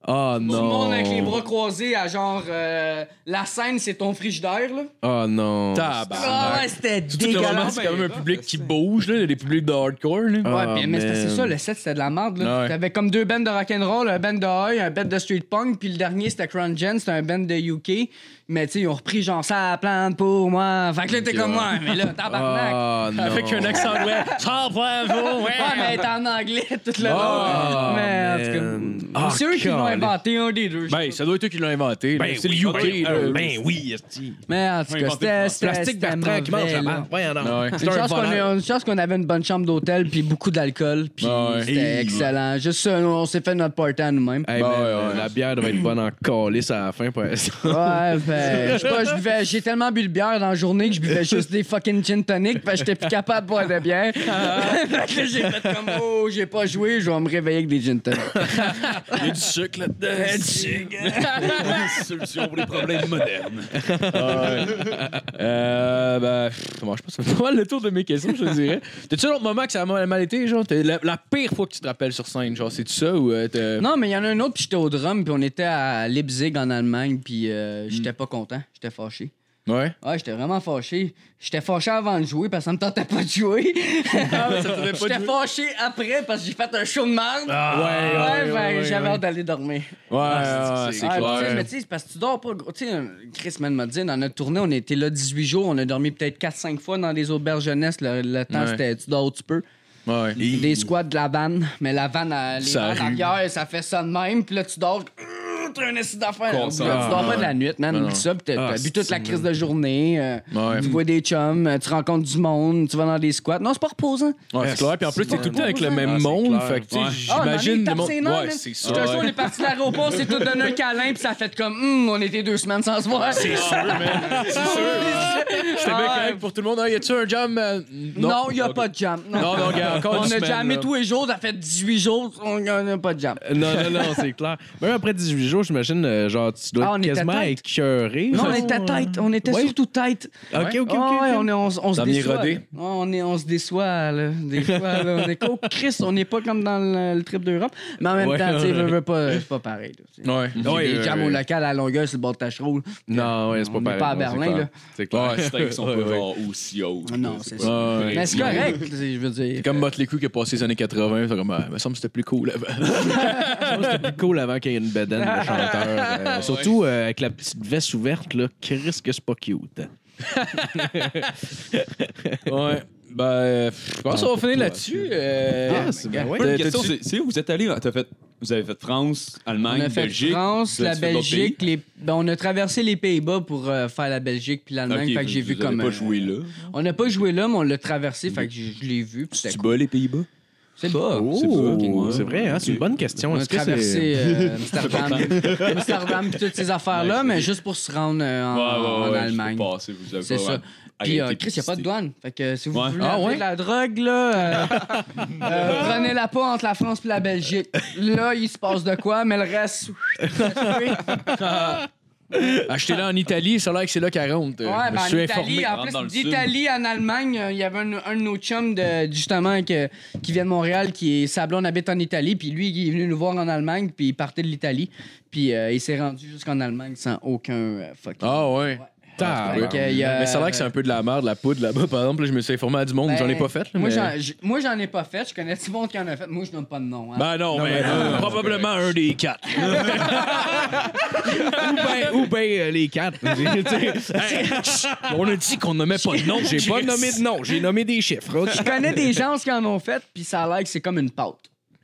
Ah, Oh Tout le monde avec les non. bras croisés à genre. euh, la scène, c'est ton frigidaire, là. Oh non. Ah ouais, Tabarnak. c'était Tout le moment, dégueulasse. c'est quand même un public qui bouge, là. Il y a des publics de hardcore, là. Ouais, Ah, puis- mais c'était- man. c'est ça, le set, c'était de la merde. là. Ouais. T'avais comme deux bands de rock'n'roll, un band de Hoi, un band de street punk, puis le dernier, c'était Crown Gen, c'était un band de UK. Mais tu sais, ils ont repris genre ça à plante pour moi. Fait que là, t'es comme moi, mais là, tabarnak. Oh non. Avec un accent anglais. Sans bravo, Ah. ouais. Ouais, mais t'es en anglais tout le long. Ah, mais man. en tout cas, Ah, c'est eux qui l'ont calé. inventé, un des deux. je Ben, sais ça doit être eux qui l'ont inventé. là. c'est le UK, là. oui, pas. mais en tout cas, c'était. c'était- c'était mauvais, là. Ouais, non. Ouais. Une chance, qu'on ait- une chance qu'on avait une bonne chambre d'hôtel, puis beaucoup d'alcool, puis Ah ouais. c'était excellent. Juste ça, nous, on s'est fait notre party à nous-mêmes. Hey, Bah man, ouais, ouais. La bière devait être bonne en calice à la fin, pour Ouais, fait, je sais pas, je buvais- j'ai tellement bu de bière dans la journée que je buvais juste des fucking gin tonic, fait que j'étais plus capable de boire de bière. fait que j'ai fait comme, oh, j'ai pas joué, je vais me réveiller avec des gin tonic. Il y a du sucre là-dedans. Du sucre. Solution pour les problèmes modernes. euh, ben, pff, comment je pense que c'est pas mal le tour de mes questions, je te dirais. T'as-tu un autre moment que ça a mal mal été, genre? T'as- La, la pire fois que tu te rappelles sur scène, genre, c'est-tu ça ou euh, t'as- Non, mais il y en a un autre, puis j'étais au drum, puis on était à Leipzig en Allemagne, puis euh, j'étais pas content, j'étais fâché. Ouais. Ouais, j'étais vraiment fâché. J'étais fâché avant de jouer parce que ça me tentait pas de jouer. J'étais fâché après parce que j'ai fait un show de merde. ouais, ouais, ben, ouais, j'avais ouais. hâte d'aller dormir. Ouais, ouais, Ah, c'est Ouais, mais tu sais, Mais clair. tu sais, c'est parce que tu dors pas. gros. Tu sais, Chris Man m'a dit, dans notre tournée, on était là 18 jours, on a dormi peut-être 4-5 fois dans des auberges jeunesse. Le, le temps, Ouais. c'était tu dors où tu peux. Ouais. Des squats de la vanne, mais la vanne, elle- les Ça vannes rue. arrière, ça fait ça de même. Puis là, tu dors. euh, T'as un essai d'affaires. Qu'on Tu sort. dors pas de la nuit, man. Non, non. Oublie ça, puis t'as Ah, t'as bu toute la c'est- crise de journée. euh, Ouais. Tu vois des chums, euh, tu rencontres du monde, tu vas dans des squats. Non, c'est pas reposant. Ouais, c'est clair. Puis en plus, t'es tout le temps avec le Ah, même c'est monde. clair. Fait que, tu sais, Ah, Ouais. j'imagine. le monde- Ah, Ouais, c'est Je te jure, on est parti de l'aéroport, c'est tout donné un câlin, puis ça a fait comme, hum, on était deux semaines sans se voir. Ah, C'est sûr, J'étais bien correct pour tout le monde. Ah, y a-tu un jam? euh, Non, il n'y a pas de jam. Non, Non, non, regarde, encore On une a semaine, jamais là. tous les jours, ça fait 18 jours, on n'a pas de jam. Non, non, non, c'est clair. Même après 18 jours, j'imagine, euh, genre, tu dois Ah, on être était quasiment tête. écœuré. Non, on genre. était tête, on était Ouais. surtout tête. Ok, ok, ok. Ah ok. ouais, on, est- on, s- on se Dernier déçoit. rodé. Ouais, on, est, on se déçoit, là. Des fois, là, on est comme, oh, Chris, on n'est pas comme dans le, le trip d'Europe. Mais en même Ouais, temps, tu sais, ouais. veux, veux pas, c'est pas pareil. là, tu sais. Ouais. J'ai Ouais, des ouais, euh, jams ouais. au local à Longueuil sur le bord de Tachereau. Non, ouais, c'est pas On est pareil. pas à non, c'est Berlin, clair. là. C'est clair. Ouais. C'est qui sont pas genre aussi hauts. Ah, Non, c'est pas- ça. Ouais, ouais. Mais c'est correct, tu sais, je veux dire. C'est comme Motley Crue qui a passé les années 80. C'est comme, ah, me semble que c'était plus cool avant. C'était plus cool avant qu'il y ait une bedaine de chanteur. euh, surtout euh, avec la petite veste ouverte, là. Chris, que c'est pas cute. ouais. Ben, euh, je pense qu'on va finir là-dessus. Euh, Ah, c'est bien. Peu T'as- de questions, t'as-tu- c'est- c'est où vous êtes allé? là? T'as fait- Vous avez fait France, On Allemagne, a fait Belgique. France, vous avez la fait d'autres pays? Belgique. Les... ben, on a traversé les Pays-Bas pour euh, faire la Belgique puis l'Allemagne. Ok, fait que j'ai vous vu avez comme. pas euh, joué là. On n'a pas joué là, mais on l'a traversé. Fait que je je l'ai vu. puis c'était Tu cool. bats les Pays-Bas? C'est bas. Oh, c'est vrai, hein? C'est une bonne question. On a Est-ce que c'est- traversé euh, Amsterdam, Amsterdam puis toutes ces affaires-là, mais juste pour se rendre euh, en, en Allemagne. Passer, vous avez C'est pas ça. vraiment Puis, euh, arrêté Chris, il a pas de visiter. douane. Fait que si vous Ouais. voulez Ah, acheter ouais? de la drogue, là, euh, euh, prenez-la pas entre la France et la Belgique. Là, il se passe de quoi, mais le reste... Achetez-la en Italie, ça a l'air que c'est là qu'elle rentre. Ouais, Je ben, en suis Italie, informé. en rentre dans le plus, sud. d'Italie en Allemagne, euh, il y avait un, un de nos chums de, justement que- qui vient de Montréal, qui est Sablon habite en Italie, puis lui, il est venu nous voir en Allemagne, puis il partait de l'Italie, puis euh, il s'est rendu jusqu'en Allemagne sans aucun euh, fucking. Ah ouais. Fait que, il y a- Mais c'est vrai que c'est un peu de la merde, la poudre là-bas, par exemple. là, je me suis informé à du monde, Ben, j'en ai pas fait. là, Moi, mais- j'en- j'- moi, j'en ai pas fait. Je connais du monde qui en a fait. Moi, je donne pas de nom. hein. Ben non, mais euh, probablement un des quatre. ou ben, bien euh, les quatre. on a dit qu'on nommait pas de nom. J'ai pas nommé de nom, j'ai nommé des chiffres. ok? Je connais des gens qui en ont fait, puis ça a l'air que c'est comme une pâte.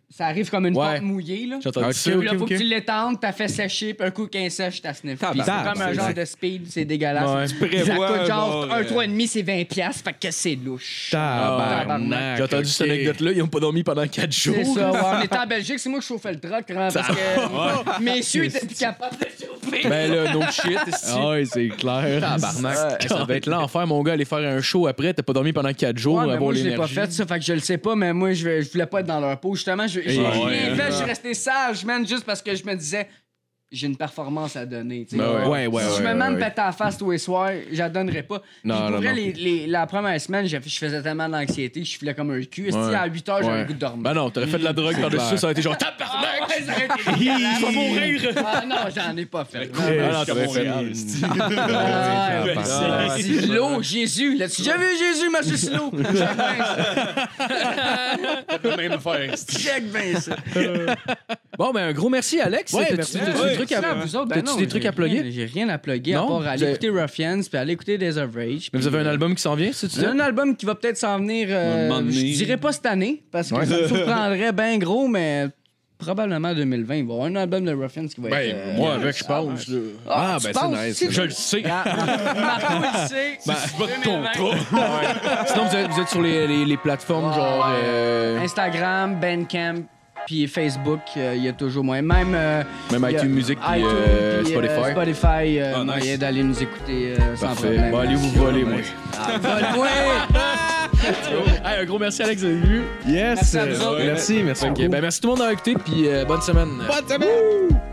Ça arrive comme une Ouais. pâte mouillée, là. J'entends ça. Puis là, faut que tu l'étendes, t'as fait sécher, puis un coup qu'un sèche, t'as sniffé. Puis c'est Tabarnak, comme un c'est genre exact. de speed, c'est dégueulasse. Ça prévois coûte un genre bon, un euh, 3,5, c'est 20$, piastres, fait que c'est louche. Ah, ben, J'ai entendu cette anecdote-là, ils ont pas dormi pendant 4 jours. C'est ça, ouais. On était en Belgique, c'est moi qui chauffais le truck, hein, parce que messieurs étaient plus capables de chauffer. Ben là, no shit, Ah ouais, c'est clair. Tabarnak. Ça va être l'enfer, mon gars, aller faire un show après, t'as pas dormi pendant 4 jours, Ouais, mais Oh, avoir moi, je l'ai pas l'énergie. fait, ça, fait que je le sais pas, mais moi, je, vais- je voulais pas être dans leur peau, justement. Je, je, j'ai ouais, rien fait, je suis resté sage, man, juste parce que je me disais, j'ai une performance à donner. tu sais. Ben ouais. Ouais, ouais, si je ouais, ouais, me mets à me ouais. péter en face tous les soirs, je la donnerais pas. Puis Non, pour non, vrai, non. les- les- la première semaine, je, je faisais tellement d'anxiété, je filais comme un cul. Si Ouais. à 8 heures, j'avais Ouais. le goût de dormir. Ben non, t'aurais fait de la drogue par-dessus ça, ça aurait été genre tabarnak. Ah, ouais, ça aurait été dégueulasse. Ah non, j'en ai pas fait. Non, non. Ah non, t'aurais fait- Ah, ouais, Ah, c'est de l'eau, Jésus. L'as-tu déjà vu Jésus marcher sur l'eau? Check bien ça. Check bien ça. Bon, ben un gros merci, Alex. Ouais, T'as-tu- ben, merci. t'as-tu des trucs à- Non, vous autres, ben T'as-tu non, des trucs j'ai à plugger? rien- J'ai rien à plugger à Non? part aller Vous avez- écouter Ruffians puis aller écouter Days of Rage. Mais vous avez un album qui s'en vient, c'est J'ai ça? un album qui va peut-être s'en venir, euh, Un moment donné. je dirais pas cette année, parce que ça me surprendrait bien gros, mais probablement 2020. Il va y avoir un album de Ruffians qui va être... euh, Ben, moi, avec, je pense. là. Ah, ben c'est nice. Je le sais. Marco, il sait. Ben, c'est Ah. Sinon, vous êtes, vous êtes sur les, les- les plateformes genre. euh, Instagram, Bandcamp, puis Facebook, euh, il y a toujours moyen. Même, euh, Même il y a iTunes Music puis iTunes, euh, puis, euh, Spotify. Spotify, euh, Ah, nice. moyen d'aller nous écouter euh, sans Parfait. problème. Bon, allez vous voler, moi. Ouais. Hey, un gros merci, Alex, d'être venu. Yes! Merci à vous autres. Merci, merci. Ok, beaucoup. ben merci tout le monde d'avoir écouté, puis euh, bonne semaine. Bonne semaine!